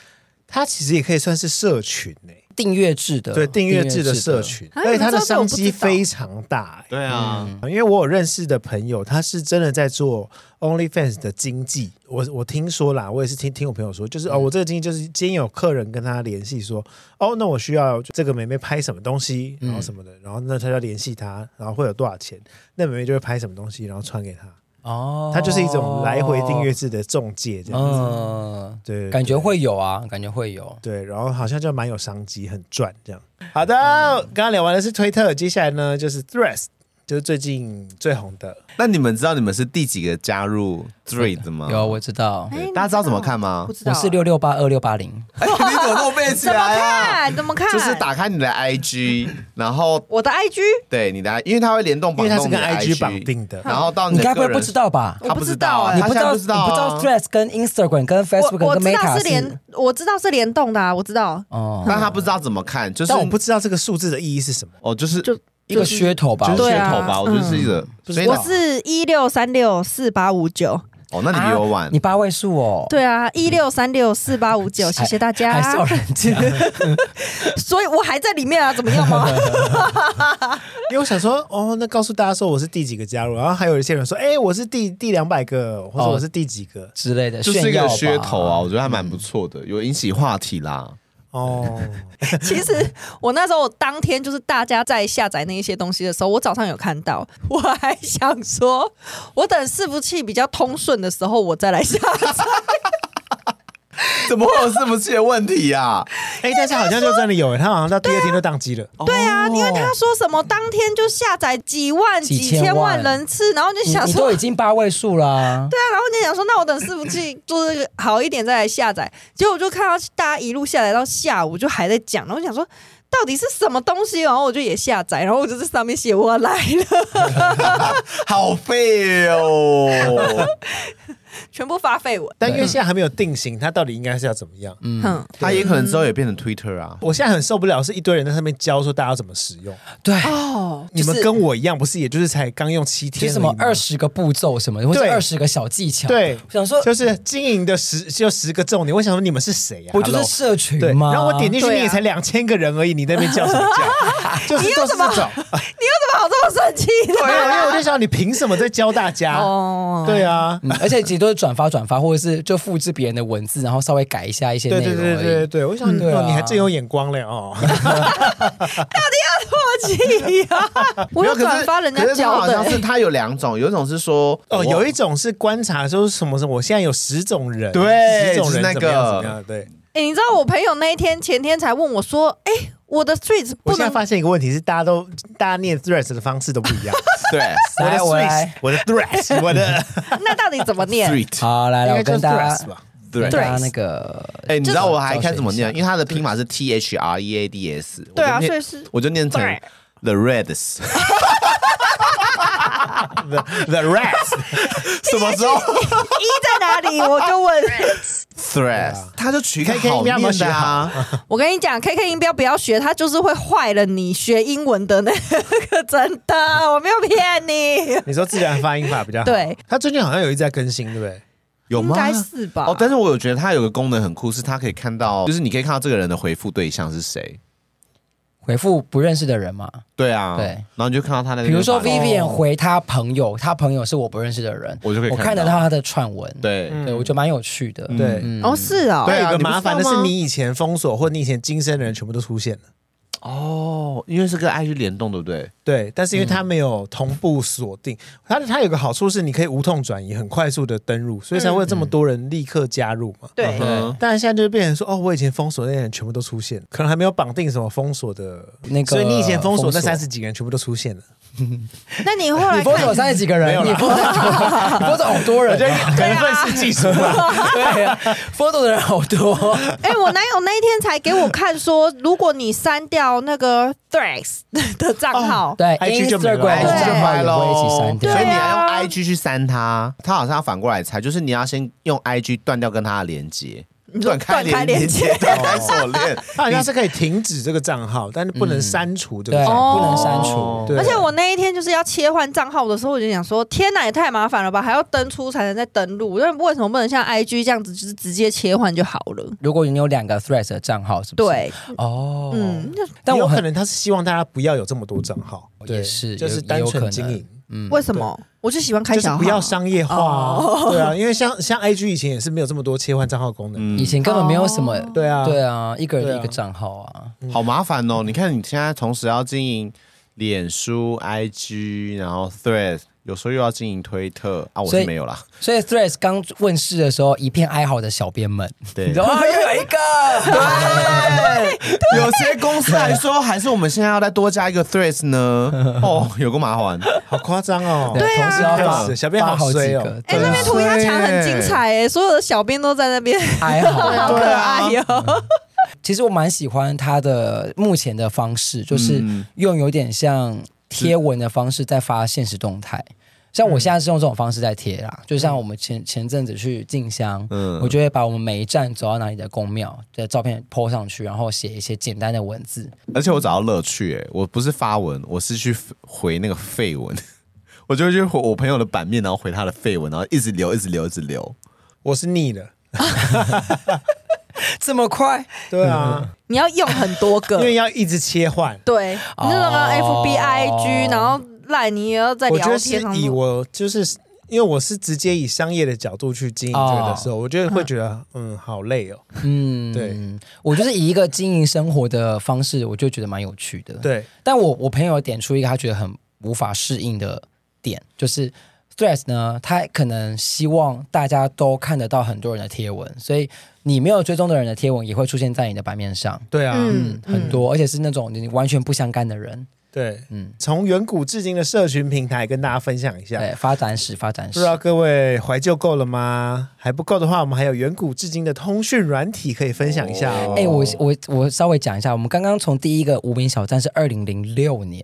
S1: 它其实也可以算是社群呢、欸
S2: 订阅制的，
S1: 对订阅制的社群，
S4: 啊
S1: 而且它的
S4: 你知道
S1: 商
S4: 这我不
S1: 机
S4: 知道
S1: 非常大、欸。
S3: 对啊，
S1: 因为我有认识的朋友，他是真的在做 OnlyFans 的经济。我我听说啦，我也是听听我朋友说，就是
S2: 嗯
S1: 哦，我这个经济就是今天有客人跟他联系说，哦，那我需要这个妹妹拍什么东西，
S2: 嗯
S1: 然后什么的，然后那他就联系他，然后会有多少钱，那妹妹就会拍什么东西，然后传给他。
S2: 哦，
S1: 它就是一种来回订阅，制的中介这样子。
S2: 嗯，
S1: 对对，对
S2: 感觉会有啊，感觉会有。
S1: 对，然后好像就蛮有商机，很赚这样。好的，刚刚聊完的是推特，接下来呢就是 Threads，就是最近最红的。
S3: 那你们知道你们是第几个加入 Three 的吗？
S2: 有，我知道，
S4: 哎
S3: 大家知道怎么看吗
S4: 不？知道啊
S2: 我是啊六六八二六八零，
S3: 哎，你怎么都背起
S4: 怎么
S3: 来啊？
S4: 看？怎么看？
S3: 就是打开你的 IG，然 后
S4: 我的 IG，
S3: 对你的，因为它会联动
S1: 因
S3: 绑
S1: 为它
S3: 动
S1: 是
S3: 你
S1: 跟
S3: 的
S1: IG 绑定的
S3: 然后到
S2: 你
S3: 的
S2: 该不
S3: 个
S2: 会不
S3: 人
S2: 知道吧？
S4: 我
S3: 他
S4: 不
S3: 不
S4: 知
S3: 知
S4: 道
S3: 道啊，
S4: 哎
S2: 你
S3: 他
S2: 不
S3: 现
S2: 知
S3: 在
S2: 道，
S3: 不知道啊，
S2: 你不知道 Threads 跟 Instagram 跟 Facebook
S4: 我
S2: 跟
S4: 知道
S2: Meta
S4: 是联，我知道是联动的、啊，我知道。
S2: 哦
S3: 但他不知道怎么看，就是
S1: 但我不知道这个数字的意义是什么。
S3: 哦，就是
S4: 就
S2: 一个噱头吧
S3: 就。是
S4: 对
S3: 噱
S4: 啊
S3: 头吧，我觉得是一个，所以
S4: 我是一六三六四八五九，
S3: 哦，那你比我晚
S2: 你，八位数哦，
S4: 对啊，一六三六四八五九，谢谢大
S2: 嗯还是有
S4: 家。
S2: 哎人家
S4: 所以我还在里面啊，怎么样 吗？
S1: 因为我想说，哦，那告诉大家说我是第几个加入，然后还有一些人说，哎，我是第第两百个，或者
S2: 哦
S1: 我是第几个。
S2: 之类的，
S3: 就是一
S2: 炫
S3: 个
S2: 耀吧
S3: 噱头啊，。我觉得还蛮不错的，有引起话题啦。
S1: 哦，
S4: 其实我那时候，我当天就是大家在下载那一些东西的时候，我早上有看到，我还想说，我等伺服器比较通顺的时候，我再来下载。
S3: 怎么会有伺服器的问题啊？
S1: 哎，但是好像就真的有，哎他好像到第二天就宕机了。
S4: 对啊，因为
S2: 哦
S4: 他说什么当天就下载几万、
S2: 几
S4: 几
S2: 千
S4: 千
S2: 万
S4: 万人次，然后就
S2: 你
S4: 想
S2: 你
S4: 说
S2: 都已经八位数啦、
S4: 对啊，然后你想说，那我等伺服器做这个好一点再来下载，结果我就看到大家一路下载到下午就还在讲，然后我想说到底是什么东西，然后我就也下载，然后我就在上面写我来了，
S3: 好废哦！
S4: 全部发绯闻。
S1: 但因为现在还没有定型，它到底应该是要怎么样？
S2: 嗯
S4: 哼，
S3: 他也可能之后也变成 Twitter 啊。
S4: 嗯
S1: 我现在很受不了，是一堆人在上面教说大家要怎么使用。
S2: 对，
S4: 哦，
S1: 你们
S2: 就是
S1: 跟我一样，不是也就是才刚用七
S2: 就
S1: 天而已吗？
S2: 什么二十个步骤什么的，或者
S1: 对
S2: 二十个小技巧。
S1: 对
S2: 我想说
S1: 就是经营的十就十个重点。我想说你们是谁呀、
S2: 不就是
S1: Hello
S2: 社群
S1: 对，
S2: 吗？
S1: 然后我点进去，
S4: 对啊
S1: 你也才两千个人而已，你在那边叫什么 叫？就是都是这种。
S4: 你有什么好这么生气
S1: 对，啊因为
S4: 的？
S1: 我就想你凭什么在教大家？
S4: 哦，
S1: 对啊，
S2: 嗯而且其实都是转发转发，或者是就复制别人的文字，然后稍微改一下一些
S1: 对
S2: 内
S1: 对
S2: 容而
S1: 对
S2: 已。
S1: 对对对，我想
S2: 嗯对啊
S1: 哦，你还真有眼光嘞哦。
S4: 唾弃呀！我
S3: 没
S4: 有
S3: 可是
S4: 转发人家
S3: 可是他
S4: 教
S3: 好像
S4: 的
S3: 是，他有两种，有一种是说
S1: 哦，
S3: 我
S1: 有一种是观察说什么什么，我现在有十种人，
S3: 对
S1: 十种
S3: 就是
S1: 人
S3: 那
S1: 怎么样
S3: 个
S1: 怎么样？对，
S4: 哎，你知道我朋友那一天前天才问我说，哎，我的 tweets
S1: 我
S4: 不
S1: 现在
S4: 能
S1: 发现一个问题是，大家都大家念 threads 的方式都不一样。
S3: 对
S1: 我的
S2: 来，我
S1: threads，
S2: 来，
S1: 我的 threads，我的
S4: 那到底怎么念？
S3: Street
S2: 好来来，
S1: 应
S2: 我
S1: 该就
S2: 跟
S1: 是
S2: 大家
S1: threads 吧。
S3: 对
S2: 跟。大家那个，
S3: 哎，你知道我还看怎么
S2: 就是
S3: 念？因为它的拼码是 T H R E A D S，
S4: 对啊，
S3: 我就念
S4: 所以是
S3: 我就念成
S4: 对
S3: The Reds。
S1: The The Rats，
S3: 什么时候
S4: E 一在 哪里？我就问。
S2: 啊
S3: Threads？他就取一个
S1: KK
S3: 好
S1: 喵喵
S3: 念
S1: 学
S3: 的
S1: 好
S3: 啊。
S4: 我跟你讲，K K 音标不要学，它就是会坏了你学英文的那个，真的，我没有骗你。
S1: 你说自然发音法比较好。
S4: 对，
S1: 他最近好像有一直在更新，对不对？
S3: 啊有
S4: 应
S3: 吗？
S4: 该是吧？
S3: 哦，但是我有觉得它有个功能很酷，是它可以看到，就是你可以看到这个人的回复对象是谁。
S2: 回复不认识的人嘛，
S3: 对啊，
S2: 对
S3: 然后你就看到他那个，
S2: 比如
S1: 哦
S2: 说
S3: 就把
S2: Vivian 回他朋友，他朋友是我不认识的人，
S3: 我就可以
S2: 我
S3: 看
S2: 看得
S3: 到
S2: 到他的串文，
S3: 对，
S2: 对，我觉得蛮有趣的。
S1: 对
S2: 嗯
S4: 哦，是哦，
S1: 还
S3: 对
S1: 有
S3: 啊
S1: 一个
S3: 你不
S1: 麻烦的
S3: 知道
S1: 是，
S3: 吗
S1: 你以前封锁或你以前今生的人全部都出现了。
S3: 哦，因为是跟 IG 联动，对不对？
S1: 对，但是因为它没有同步锁定，它它有个好处是你可以无痛转移，很快速的登入，所以才会有这么多人立刻加入嘛。
S4: 对，
S3: 嗯，
S1: 但是现在就变成说，哦，我以前封锁那些人全部都出现，可能还没有绑定什么封锁的
S2: 那个
S1: 所以你以前封锁那
S2: 封锁
S1: 三十几个人全部都出现了，
S4: 那你后来
S2: 你封
S4: 看
S2: 锁三十几个
S1: 没
S2: 人
S1: 有，啦
S2: 你封锁 你封锁好 多人啊，
S1: 可能会是技术吧。
S2: 对啊，封锁的人好 多。
S4: 哎、我男友那一天才给我看说，如果你删掉那个 Threads 的账号，
S3: 哦
S2: 对
S1: IG 就没了
S2: Instagram
S4: 对
S2: 账号也会一起删
S3: 所
S2: 掉
S4: 对。
S3: 以你
S4: 啊
S3: 要用 IG 去删它，它好像要反过来猜，就是你要先用 IG 断掉跟它的连接，断开
S4: 断开连接
S3: 接，断开 锁链。
S1: 它好像是可以停止这个账号，但是不能删除这个
S2: 对，
S1: 账号。
S2: 不能删
S3: 哦
S2: 除。
S1: 对
S4: 而且我那一天就是要切换账号的时候，我就想说，天哪，也太麻烦了吧，还要登出才能再登录，那为什么不能像 IG 这样子，就是直接切换就好了？
S2: 如果你有两个 Threads 的账号，是不是？，
S4: 对，
S2: 哦，
S4: 嗯，
S2: 但
S1: 也
S2: 我
S1: 有可
S2: 很
S1: 能他是希望大家不要有这么多账号，
S2: 也是
S1: 就是
S2: 有
S1: 单纯经，
S2: 也有可
S1: 营
S2: 能，嗯
S4: 为什么？我就喜欢开
S1: 就是
S4: 小号，哦
S1: 不要商业化啊，对啊，因为像像 IG 以前也是没有这么多切换账号功能，
S3: 嗯
S2: 以前根本没有什么，
S1: 对啊，
S2: 对啊，一个人
S1: 对
S2: 就
S1: 啊
S2: 一个账号啊，
S3: 好麻烦哦！你看你现在同时要经营脸书、IG，然后 Threads，有时候又要经营推特啊，我
S2: 所
S3: 是
S2: 以
S3: 没有啦。
S2: 所以 Threads 刚问世的时候，一片哀嚎的小编们，
S3: 对
S2: 你知道吗？又有 一
S1: 啊
S2: 个，
S3: 有些公司还说，还是我们现在要再多加一个 Threads 呢？哦，有个麻烦。
S1: 好夸张哦，
S2: 对同时要发
S1: 小编好
S2: 发好
S1: 衰
S2: 几
S1: 哦
S2: 个，
S4: 哎、
S2: 对
S4: 那边涂鸦墙很精彩哎、所有的小编都在那边，
S2: 哀嚎。
S4: 好可爱哦哟、
S1: 啊
S2: 其实我蛮喜欢他的目前的方式，就是用有点像贴文的方式在发现实动态。像我现在是用这种方式在贴啦，就像我们前前阵子去进香，
S3: 嗯
S2: 我就会把我们每一站走到哪里的宫庙的照片 PO 上去，然后写一些简单的文字。
S3: 而且我找到乐趣、欸，我不是发文，我是去回那个废文， 我就会去回我朋友的版面，然后回他的废文，然后一直留，一直留，一直留。
S1: 我是腻了，
S2: 这么快？
S1: 对啊，
S4: 你要用很多个
S1: 因，为要一直切换。
S4: 对，你那种
S2: 哦
S4: FB、IG，然后赖你也要在
S1: 我
S4: 聊
S1: 觉得是
S4: 天啊上
S1: 以
S4: 录，
S1: 我就是因为我是直接以商业的角度去经营这个的
S4: 哦
S1: 时候，我觉得会觉得嗯好累哦，
S2: 嗯，
S1: 对。
S2: 我就是以一个经营生活的方式，我就觉得蛮有趣的。，
S1: 对，
S2: 但我我朋友点出一个他觉得很无法适应的点，就是 Threads 呢，他可能希望大家都看得到很多人的贴文，所以你没有追踪的人的贴文也会出现在你的版面上，
S1: 对啊，
S4: 嗯
S2: 很多，而且是那种你完全不相干的人。
S1: 对，
S2: 嗯，
S1: 从远古至今的社群平台跟大家分享一下。
S2: 对，发展史，发展
S1: 不
S2: 史
S1: 知。道各位怀旧够了吗？还不够的话，我们还有远古至今的通讯软体可以分享一下哦。
S2: 哎、我我我稍微讲一下，我们刚刚从第一个无名小站是二零零六年，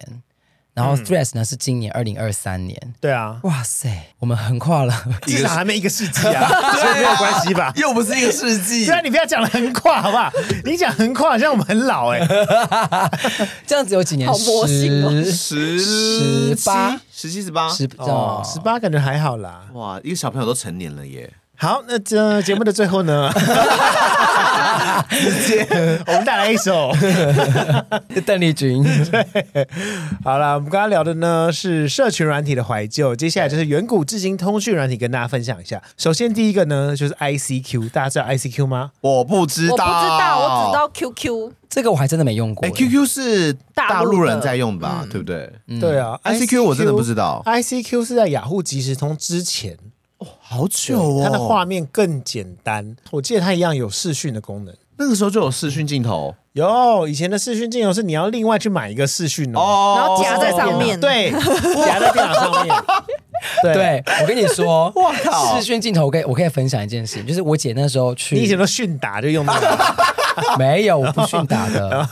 S2: 然后 Threads 呢是今年二零二三年。
S1: 对啊，
S2: 哇塞，我们横跨了，
S1: 至少还没一个世 纪啊，所以没有关系吧？
S3: 又不是一个世纪
S1: 虽然你不要讲的横跨，好不好？你讲横跨，好像我们很老 哎、
S2: 这样子有几年？
S4: 好魔性哦
S2: 十十
S3: 十
S2: 八、
S3: 十七、十八，
S2: 十
S1: 哦，十八感觉还好啦。
S3: 哇，一个小朋友都成年了耶！
S1: 好，那这节目的最后 呢，直接我们带来一首。
S2: 邓丽君，
S1: 好啦，我们刚刚聊的呢是社群软体的怀旧，接下来就是远古至今通讯软体跟大家分享一下。首先第一个呢就是 ICQ，大家知道 ICQ 吗？
S3: 我不知道，
S4: 我不知道，我只知。道 QQ，
S2: 这个我还真的没用过
S3: 哎、。q q 是大陆人在用的吧？
S4: 大陆的嗯
S3: 对不对、
S1: 对啊
S3: 嗯 i c q 我真的不知道，
S1: ICQ 是在雅虎即时通之前，
S3: 好久哦。
S1: 它的画面更简单。我记得它一样有视讯的功能。
S3: 那个时候就有视讯镜头
S1: 有以前的视讯镜头是你要另外去买一个视讯哦，
S3: 哦，
S4: 嗯然后夹在上面，，
S1: 对，夹在电脑上面。对，
S2: 对，我跟你说，
S3: 我靠
S2: 视讯镜头，我可以我可以分享一件事情，就是我姐那时候去，
S1: 你以前都训打就用那个，
S2: 没有，我不训打的，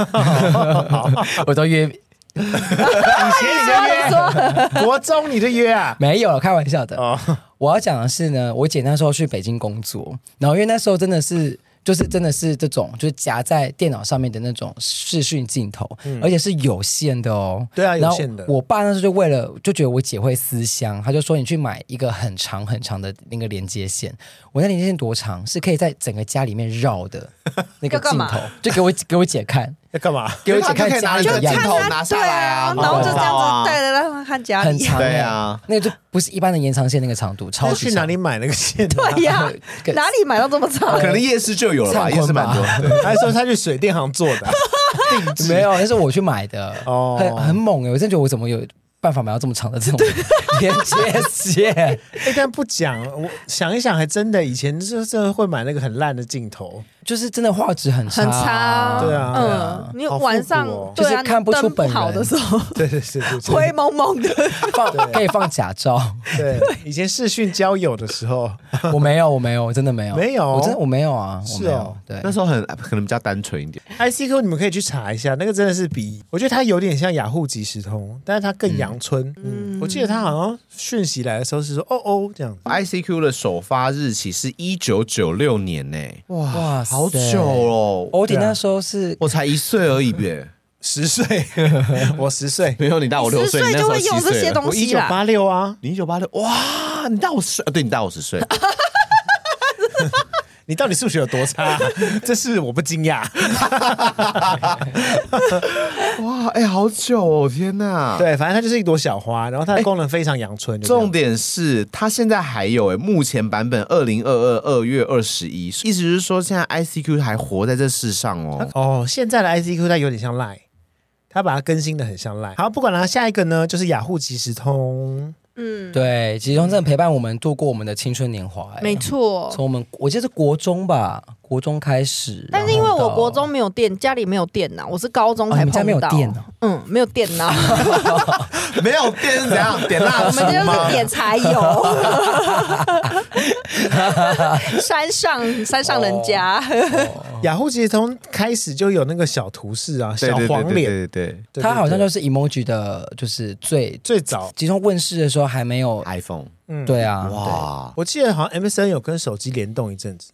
S2: 我都约
S1: 以前你就约，啊国中你就约啊。
S2: 没有，开玩笑的。
S1: 哦，
S2: 我要讲的是呢，我姐那时候去北京工作，然后因为那时候真的是。就是真的是这种，就是夹在电脑上面的那种视讯镜头，而且是有线的哦。
S1: 嗯对啊
S2: 然后
S1: 有线的
S2: 我爸那时候就为了就觉得我姐会思乡，他就说你去买一个很长很长的那个连接线。我那连接线多长？是可以在整个家里面 绕的那个
S4: 要干
S2: 镜
S4: 嘛
S2: 头，就给我给我姐看，
S1: 要干嘛？
S2: 给我
S3: 他
S2: 姐
S3: 就
S2: 看
S3: 可以
S2: 家
S3: 拿
S2: 里
S3: 着
S2: 的样
S3: 镜头
S2: 子，
S3: 拿下
S4: 对
S3: 来
S4: 啊，
S3: 然
S4: 然后就这样子带
S3: 对。
S4: 着让他看家
S2: 很
S4: 里，
S2: 长、
S3: 对
S2: 欸。
S3: 啊，
S2: 那个就不是一般的延长线那个长度，超
S1: 要
S2: 级
S1: 去
S2: 长
S1: 哪里买那个线、啊？
S4: 对呀，
S2: 跟
S4: 哪里买到这么长
S3: 可？能夜市就有了吧，
S2: 灿
S3: 夜
S2: 坤
S3: 市
S2: 吧
S3: 蛮多。 对
S1: 还说他去水电行做的，定制
S2: 没有，那是我去买的，
S1: 哦
S2: 很很猛哎、我真觉得我怎么有办法买到这么长的这种 连接线？
S1: 哎、但不讲，我想一想，还真的以前就是真的会买那个很烂的镜头，
S2: 就是真的画质很差、
S4: 很差啊，
S1: 对啊对
S4: 嗯
S2: 啊，
S4: 你
S1: 好复
S4: 晚上
S1: 古哦
S2: 就是
S4: 对啊，
S2: 看不出
S4: 灯
S2: 本人
S4: 好的时候，
S1: 对对对对对
S4: 灰蒙 蒙的，
S1: 啊
S2: 放可以放假照，
S1: 对，以前视讯交友的时候，
S2: 我没有，我没有，我真的没有，
S1: 没有
S2: 我真的我没有啊，我
S1: 是
S2: 没有
S1: 哦
S2: 对
S3: 那，时候很可能比较单纯一点。
S1: ICQ 你们可以去查一下，那个真的是比我觉得它有点像雅虎即时通，但是它更阳春。嗯，我记得它好像讯息来的时候是说哦哦这样子，
S3: ICQ 的首发日期是一九九六年呢、
S1: 哇
S2: 哇塞
S3: 好久哦，
S2: 欧迪
S1: 对啊
S2: 那时候是
S3: 我才一岁而已 呗，
S1: 十 岁，我十岁，
S3: 没有你大我六
S4: 十
S3: 岁，你
S4: 岁
S3: 那时
S4: 就
S3: 候
S4: 会用
S3: 七
S4: 这
S3: 岁
S4: 些
S3: 了。
S4: 东
S1: 我一
S4: 西
S1: 九
S4: 啦。
S1: 八六啊，
S3: 你一九八六，哇，你大我十，呃对你大我十 岁，
S1: 你到底数学有多 差、这是我不惊讶。
S3: 哇，哎、好久哦，天哪！，
S1: 对，反正它就是一朵小花，然后它的功能非常阳春。就这样
S3: 重点是它现在还有哎，目前版本二零二二二月二十一，意思是说现在 ICQ 还活在这世上 哦。
S1: 哦，现在的 ICQ 它有点像 Line，它把它更新的很像 Line。好，不管了、下一个呢就是雅虎即时通。
S4: 嗯，
S2: 对，其中真的陪伴我们度过我们的青春年
S3: 啊
S2: 华、哎
S4: 没，错。
S2: 从我们我记得是国中吧，国中开始，
S4: 但是因为
S2: 然后
S4: 我
S2: 到
S4: 国中。没有电，家里没有电脑，我是高中
S2: 哦，
S4: 才
S2: 你
S4: 碰
S2: 们
S4: 到。
S2: 家没有电哦？
S4: 嗯，没有电 脑，
S3: 没有电是怎 样？点蜡
S4: 我
S3: 烛
S4: 们就是
S3: 吗？
S4: 点 柴油。山上山上人家，
S1: 雅虎即时通开始就有那个小图示啊，
S3: 哦对
S1: 小黄
S3: 对
S1: 脸，
S3: 对对对对
S1: 对对
S2: 它好
S1: 对
S2: 像就是 emoji 的，就是最
S1: 最早，
S2: 其中问世的时候还没有，
S3: ，iPhone，
S1: 嗯，
S2: 对啊，
S3: 哇，
S1: 我记得好像 MSN 有跟手机联动一阵子，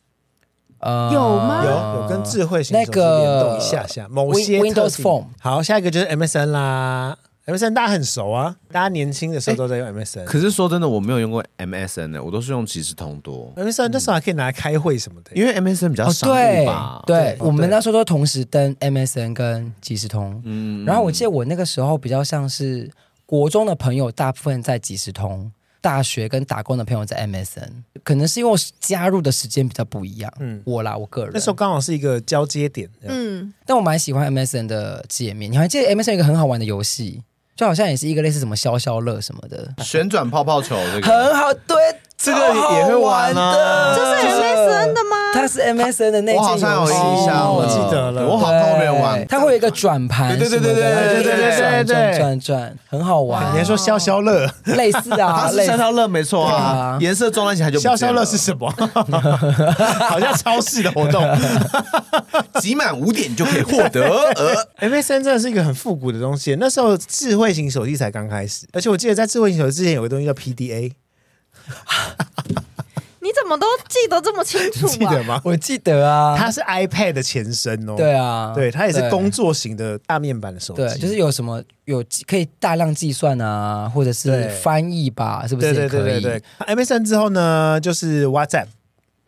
S2: 呃
S4: 有吗
S3: 啊
S1: 有有跟智慧型手机
S2: 那个
S1: 联动一下下，某些
S2: Win-
S1: 特
S2: Windows
S1: 定
S2: Phone
S1: 好，下一个就是 MSN 啦，MSN 大家很熟啊，大家年轻的时候都在用 MSN。
S3: 哎可是说真的，我没有用过 MSN 的、我都是用即时通多，
S1: MSN 那时候还可以拿来开会什么的，因为
S3: 嗯因为 MSN 比较
S2: 哦，
S3: 商务
S2: 对
S3: 吧。哦
S2: 对，
S1: 对
S2: 我们
S1: 对
S2: 那时候都同时登 MSN 跟即时通，
S3: 嗯
S2: 然后我记得我那个时候比较像是国中的朋友，大部分在即时通，大学跟打工的朋友在 MSN，可能是因为我加入的时间比较不一样，
S1: 嗯
S2: 嗯，我啦，我个人
S1: 那时候刚好是一个交接点。嗯，
S4: 嗯，
S2: 但我蛮喜欢 MSN 的界面，你还
S3: 嗯
S2: 记得 MSN 有一个很好玩的游戏，就好像也是一个类似什么消消乐什么的，
S3: 旋转泡泡球这个，
S2: 很好，对，
S3: 这个也会玩啊
S2: 的，
S4: 这是 MSN 的吗？
S2: 它是 MSN 的内
S3: 我好
S2: 建
S3: 像有
S2: 游戏，
S3: 印象了，
S1: 哦我记得了
S3: 我好像都没有玩。
S2: 它会有一个转盘
S3: 对
S2: 什
S3: 对
S2: 么
S3: 对
S2: 的，
S3: 对对对对
S2: 然后
S1: 对对对
S2: 就转转转转，很好玩
S3: 哦
S1: 你。还说消消乐？
S2: 类似啊，
S3: 它是
S2: 类
S3: 消
S2: 似
S3: 消乐没错啊，
S2: 对
S3: 颜色撞在一起它就不见
S1: 消
S3: 了
S1: 消乐是什么？ 好像超市的活动。
S3: 集满五点就可以获得。呃，
S1: MSN 真的是一个很复古的东西，那时候智慧型手机才刚开始，而且我记得在智慧型手机之前有个东西叫 PDA，
S4: 你怎么都记得这么清楚
S1: 记得
S4: 啊？
S1: 吗？
S2: 我记得啊，
S1: 它是 iPad 的前身哦。
S2: 对啊，
S1: 对，它也是
S2: 对
S1: 工作型的大面板的手机，
S2: 对，就是有什么有可以大量计算啊，或者
S1: 对
S2: 是翻译吧，是不
S1: 对
S2: 是
S1: 对
S2: 也
S1: 对
S2: 可
S1: 对
S2: 以？
S1: 对。MSN 之后呢，就是 WhatsApp，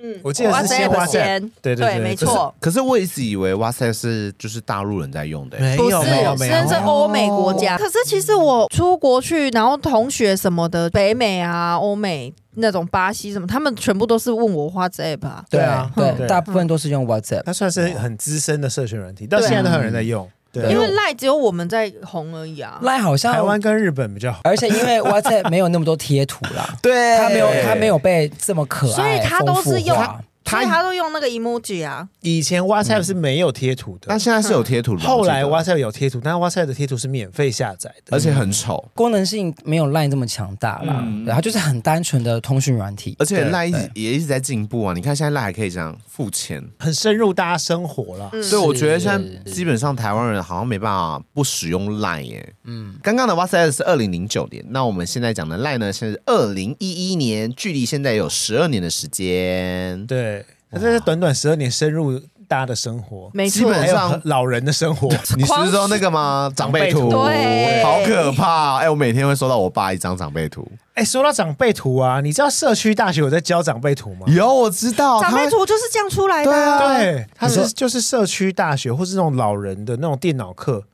S4: 嗯
S1: 我记得是先
S4: WhatsApp
S1: WhatsApp，
S4: 先
S1: 对对对
S4: 对，没错，
S3: 可是我一直以为哇塞是就是大陆人在用的、
S1: 没
S4: 不是
S1: 有没有，没有
S4: 是是欧美国家。哦可是其实我出国去，然后同学什么的，北美啊、欧美那种巴西什么，他们全部都是问我 WhatsApp 啊。
S1: 对啊嗯对嗯
S2: 对，大部分都是用 WhatsApp。
S1: 它算是很资深的社群软体，到
S4: 对啊
S1: 现在都还有人在用。对，
S4: 因为赖只有我们在红而已啊。
S2: 赖好像
S1: 台湾，跟日本比较好。
S2: 而且因 为 WhatsApp 没有那么多贴图啦，
S3: 对
S2: 它没有它没有被这么可爱，
S4: 所以它都是用
S2: 丰富化
S4: 所以他都用那个 emoji 啊，
S1: 以前 WhatsApp 是没有贴图的
S3: 那，现在是有贴图的。
S1: 后来
S3: 我记得
S1: WhatsApp 有贴图，但 WhatsApp 的贴图是免费下载的，
S3: 而且很丑，
S2: 功能性没有 Line 这么强大啦，
S1: 嗯
S2: 对，它就是很单纯的通讯软体
S3: 而。且
S1: 对
S3: 赖一直也一直在进步啊。你看现在赖还可以这样付钱，
S1: 很深入大家生活
S2: 嗯
S1: 了。
S4: 嗯
S3: 所以我觉得现在基本上台湾人好像没办法不使用 Line 耶、嗯，刚刚的 WhatsApp 是二零零九年，那我们现在讲的 Line 呢，现在是二零一一年，距离现在有十二年的时间。
S1: 对，他在这短短十二年深入大家的生活，
S4: 没
S3: 基
S4: 错，
S3: 本
S1: 还
S3: 上
S1: 有老人的生 活。
S3: 你是说那个吗？长辈图，
S4: 长辈图
S3: 好可怕！哎、我每天会收到我爸一张长辈图。
S1: 哎，说到长辈图啊，你知道社区大学有在教长辈图吗？
S3: 有，我知道，
S4: 长辈
S3: 他会
S4: 图就是这样出来的、
S3: 对啊
S1: 对，它
S2: 你
S1: 是
S2: 说
S1: 就是社区大学或是那种老人的那种电脑课，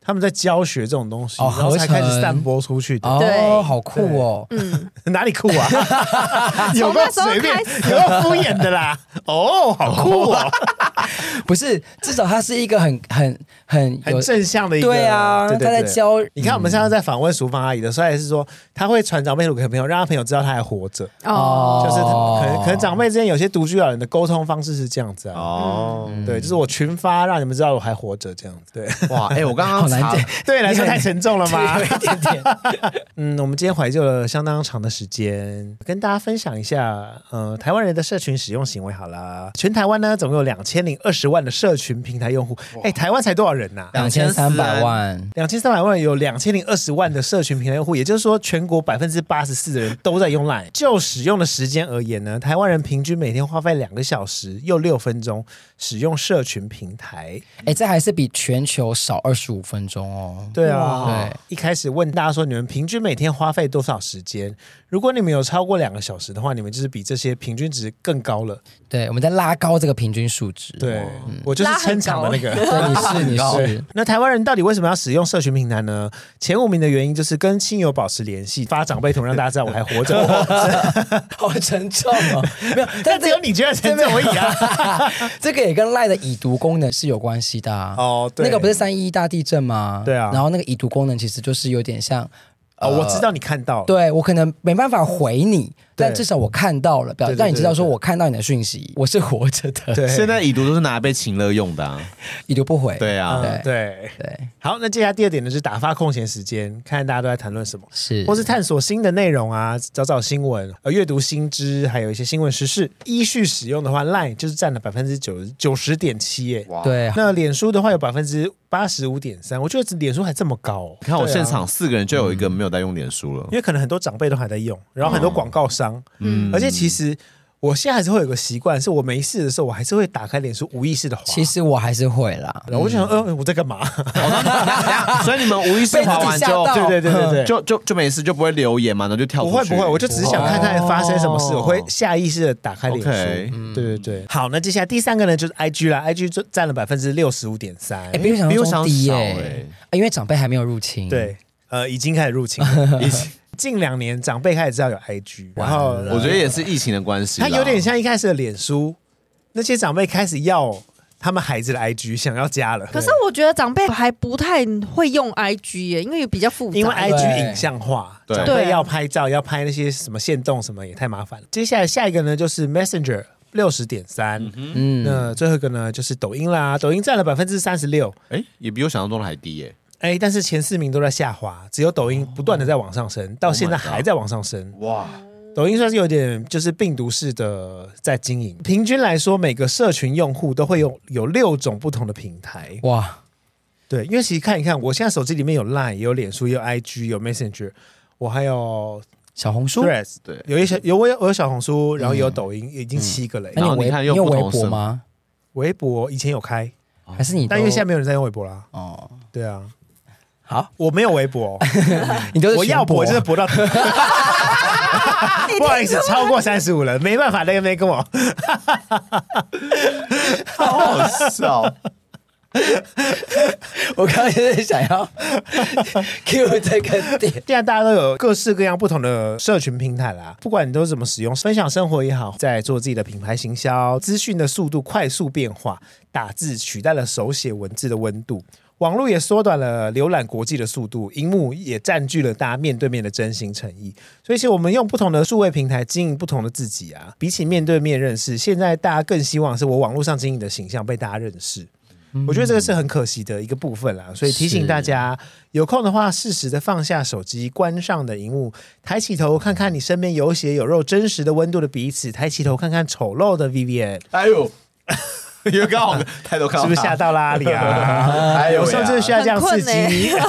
S1: 他们在教学这种东西，
S2: 哦
S1: 然后才开
S2: 合
S1: 始
S2: 成
S1: 散播出去的。
S2: 哦，
S4: 对
S2: 好酷哦！
S4: 嗯，
S1: 哪里酷啊？ 有够随便，
S4: 从那时
S1: 有够敷衍的啦。哦，好酷哦，
S2: 不是，至少它是一个很很很 有
S1: 很正向的一个。
S2: 对啊，
S1: 对对
S2: 他在
S1: 对
S2: 教
S1: 你看，我们上次在访问淑芳阿姨的时候，也是说，她会传长辈图给朋友，让她朋友知道她还活着。
S4: 哦，
S1: 就是
S2: 哦
S1: 可能可能长辈之间有些独居老人的沟通方式是这样子啊。
S3: 哦，
S1: 对，就是我群发让你们知道我还活着这样子。对，
S3: 哇，哎、我刚刚
S2: 好难
S3: 查
S2: 解，
S1: 对来说太沉重了吗
S2: 有？一点点。
S1: 嗯，我们今天怀旧了相当长的时间，跟大家分享一下，呃，台湾人的社群使用行为好啦。全台湾呢，总共有两千零二十万的社群平台用户。哎、台湾才多少人呐、2
S2: 两千三百万，
S1: 两千三百万有两千零二十万的社群平台用户，也就是说，全国百分之八十四的人都在用 Line。就使用的时间而言呢，台湾人平均每天花费两个小时又六分钟使用社群平台。
S2: 哎，这还是比全球少二十五分钟哦。
S1: 对啊，
S2: 哇对，
S1: 一开始问大家说你们平均每天花费多少时间？如果你们有超过两个小时的话，你们就是比这些平均值更高了。
S2: 对，我们在拉高这个平均数值。
S1: 对，我就是撑场的那个。
S2: 对， 你是你是，
S1: 那台湾人到底为什么要使用社群平台呢？前五名的原因就是跟亲友保持联系，发长辈图让大家知道我还 活着。
S2: 好沉重哦。没有，但
S1: 但只
S2: 这
S1: 有
S2: 个
S1: 你觉得沉重而已 啊。
S2: 这个也跟赖的已读功能是有关系的啊。
S1: 哦，对，
S2: 那个不是三一一大地震吗？
S1: 对啊
S2: 然后那个已读功能其实就是有点像，
S3: 呃
S1: 哦，我知道你看到了。
S2: 对我可能没办法回你，但至少我看到了，表
S1: 对对
S2: 让你知道说
S1: 对对
S2: 我看到你的讯息，我是活着的，
S1: 对，
S3: 现在已读都是拿来被情乐用的、啊，
S2: 已读不回。
S3: 对啊，
S1: 嗯对。
S2: 对，
S1: 好，那接下来第二点呢，就是打发空闲时间，看看大家都在谈论什么。
S2: 是
S1: 或是探索新的内容啊，找找新闻，呃，阅读新知，还有一些新闻时事。依序使用的话，Line 就是占了百分之九九十点七耶。
S3: 哇，
S2: 对
S1: 那脸书的话有百分之八十五点三，我觉得脸书还这么高、哦。
S3: 你看我
S1: 对啊
S3: 现，场四个人就有一个没有在用脸书了
S1: 因，为可能很多长辈都还在用，然
S3: 哦
S1: 后很多广告商，
S3: 嗯
S1: 而且其实我现在还是会有个习惯，是我没事的时候，我还是会打开脸书，无意识的滑。
S2: 其实哦我还是会啦，
S1: 然后我就想，
S3: 嗯
S1: 呃，我在干嘛？
S3: 所以你们无意识
S2: 被自己
S3: 滑完
S2: 吓
S3: 就
S2: 到
S1: 对对对对对，
S3: 就就就没事，就不会留言嘛，然后就跳
S1: 不
S3: 出
S1: 会
S3: 去
S1: 不会，我就只是想看看发生什么事，
S3: 哦
S1: 我会下意识的打开脸书。
S3: OK
S1: 对对对，好，那接下来第三个呢，就是 IG 啦，IG 就占了百分之六十五点三
S2: 哎，。比我想
S3: 比
S2: 象
S3: 我
S2: 中
S3: 想
S2: 低耶、嗯哎
S3: 少欸
S2: 因为长辈还没有入侵。，
S1: 对，呃，已经开始入侵了，已 经近两年长辈开始知道有 IG，然后
S3: 哦我觉得也是疫情的关系啦，
S1: 它有点像一开始的脸书，那些长辈开始要他们孩子的 IG，想要加了。
S4: 可是我觉得长辈还不太会用 IG 耶，因为比较复杂，
S1: 因为 IG
S2: 对
S1: 影像化，
S3: 对
S1: 长辈
S4: 对
S1: 要拍照，要拍那些什么线动什么也太麻烦了。接下来下一个呢，就是 Messenger 六十点三，
S2: 嗯，
S1: 那最后一个呢，就是抖音啦，抖音占了百分之三十六，
S3: 哎，也比我想象中的还低耶，
S1: 哎，但是前四名都在下滑，只有抖音不断的在往上升，到现在
S3: 哦 Oh my God
S1: 还在往上升。
S3: 哇，
S1: 抖音算是有点就是病毒式的在经营，平均来说，每个社群用户都会有有六种不同的平台。
S2: 哇，
S1: 对，因为其实看一看，我现在手机里面有 Line，也有脸书，也有 IG，有 Messenger，我还有
S2: 小红书，
S1: Threads，
S3: 对
S1: 有一些有我有我有小红书，然后也有抖音，已经七个了
S2: 那
S1: 欸。
S2: 你
S3: 嗯然后
S2: 微
S3: 你看又
S2: 有
S3: 不
S2: 微
S3: 同
S2: 博
S3: 身
S2: 吗？
S1: 微博以前有开，
S2: 还是你都？
S1: 但因为现在没有人在用微博啦。
S2: 哦，
S1: 对啊，
S2: 好，
S1: 我没有微 博，
S2: 你都是啊
S1: 我
S2: 群
S1: 要博
S2: 博
S1: 就是 博到底。 不好意思，超过三十五了，没办法，那个没跟我。
S3: 好好
S1: 哦
S3: 笑，
S2: 我刚刚就是想 要 Q 这个点。
S1: 现在大家都有各式各样不同的社群平台啦，不管你都怎么使用，分享生活也好，在做自己的品牌行销，资讯的速度快速变化，打字取代了手写文字的温度。网络也缩短了浏览国际的速度，荧幕也占据了大家面对面的真心诚意。所以，其实我们用不同的数位平台经营不同的自己啊，比起面对面认识，现在大家更希望是我网络上经营的形象被大家认识。我觉得这个是很可惜的一个部分啦，所以提醒
S2: 是
S1: 大家，有空的话适时的放下手机，关上的荧幕，抬起头看看你身边有血有肉、真实的温度的彼此，抬起头看看丑陋的 Vivian，
S3: 哎呦，因为刚好抬头 看
S1: 是不是吓到啦，阿里啊？
S3: 还
S1: 有时候就是需要这样刺激你。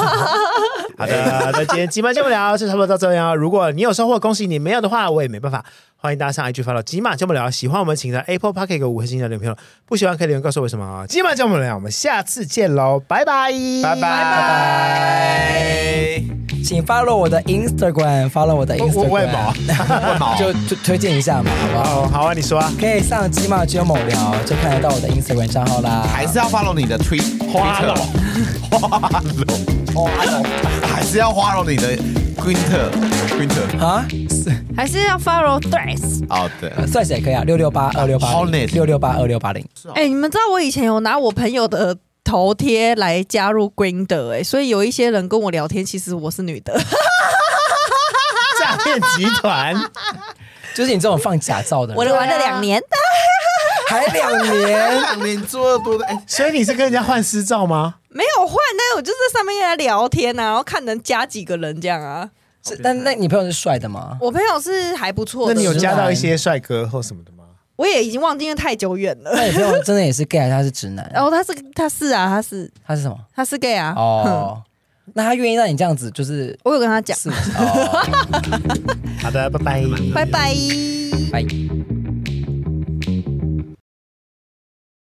S1: 好的，那今天吉马就不聊，就差不多到这样哦。如果你有收获，恭喜你；没有的话，我也没办法。欢迎大家上 IG follow 吉马就不聊。喜欢我们，请在 Apple p o c k e t 给五颗星的留言评论；不喜欢可以留言告诉我为什么哦。吉马就不聊，我们下次见喽，拜拜，
S3: 拜拜。
S2: 请 follow 我的 Instagram，follow 我的
S1: 我
S2: Instagram，
S1: 我外毛，
S3: 啊
S2: 就就推荐一下嘛，好不好？
S1: 哦，好啊，你说啊，
S2: 可以上鸡骂只有某聊，就看得到我的 Instagram 账号啦。
S3: 还是要 follow 你的 tweet 花了，花了，
S2: 哦
S3: 还是要 follow 你的 Twitter Twitter
S2: 啊， 是
S4: 还是要 follow dress。
S3: 哦，对，
S2: 算起来可以啊，六六八二六八
S3: Hornet
S2: 六六八二六八零。
S1: 哦
S4: 哎、你们知道我以前有拿我朋友的头贴来加入 Green 的、哎，所以有一些人跟我聊天，其实我是女的。
S1: 嗯诈骗集团，
S2: 就是你这种放假照的人，
S4: 我玩了两年，
S2: 还两年，
S3: 两年做的多的，哎，
S1: 所以你是跟人家换私照吗？
S4: 没有换，但是我就在上面跟他聊天啊，然后看能加几个人这样啊。
S2: 是但那你朋友是帅的吗？
S4: 我朋友是还不错
S1: 那
S4: 的，
S1: 你有
S2: 直
S1: 加到
S2: 男
S1: 一些帅哥或什么的吗？
S4: 我也已经忘记，因为太久远了。
S2: 那你朋友真的也是 gay，还是他是直男？
S4: 然后他是他是啊，他是
S2: 他是什么？
S4: 他是 gay 啊。哦，
S2: 哦，那他愿意让你这样子，就是
S4: 我有跟他讲，
S2: 是哦，
S1: 好的，拜拜。
S4: 拜拜。
S2: 拜。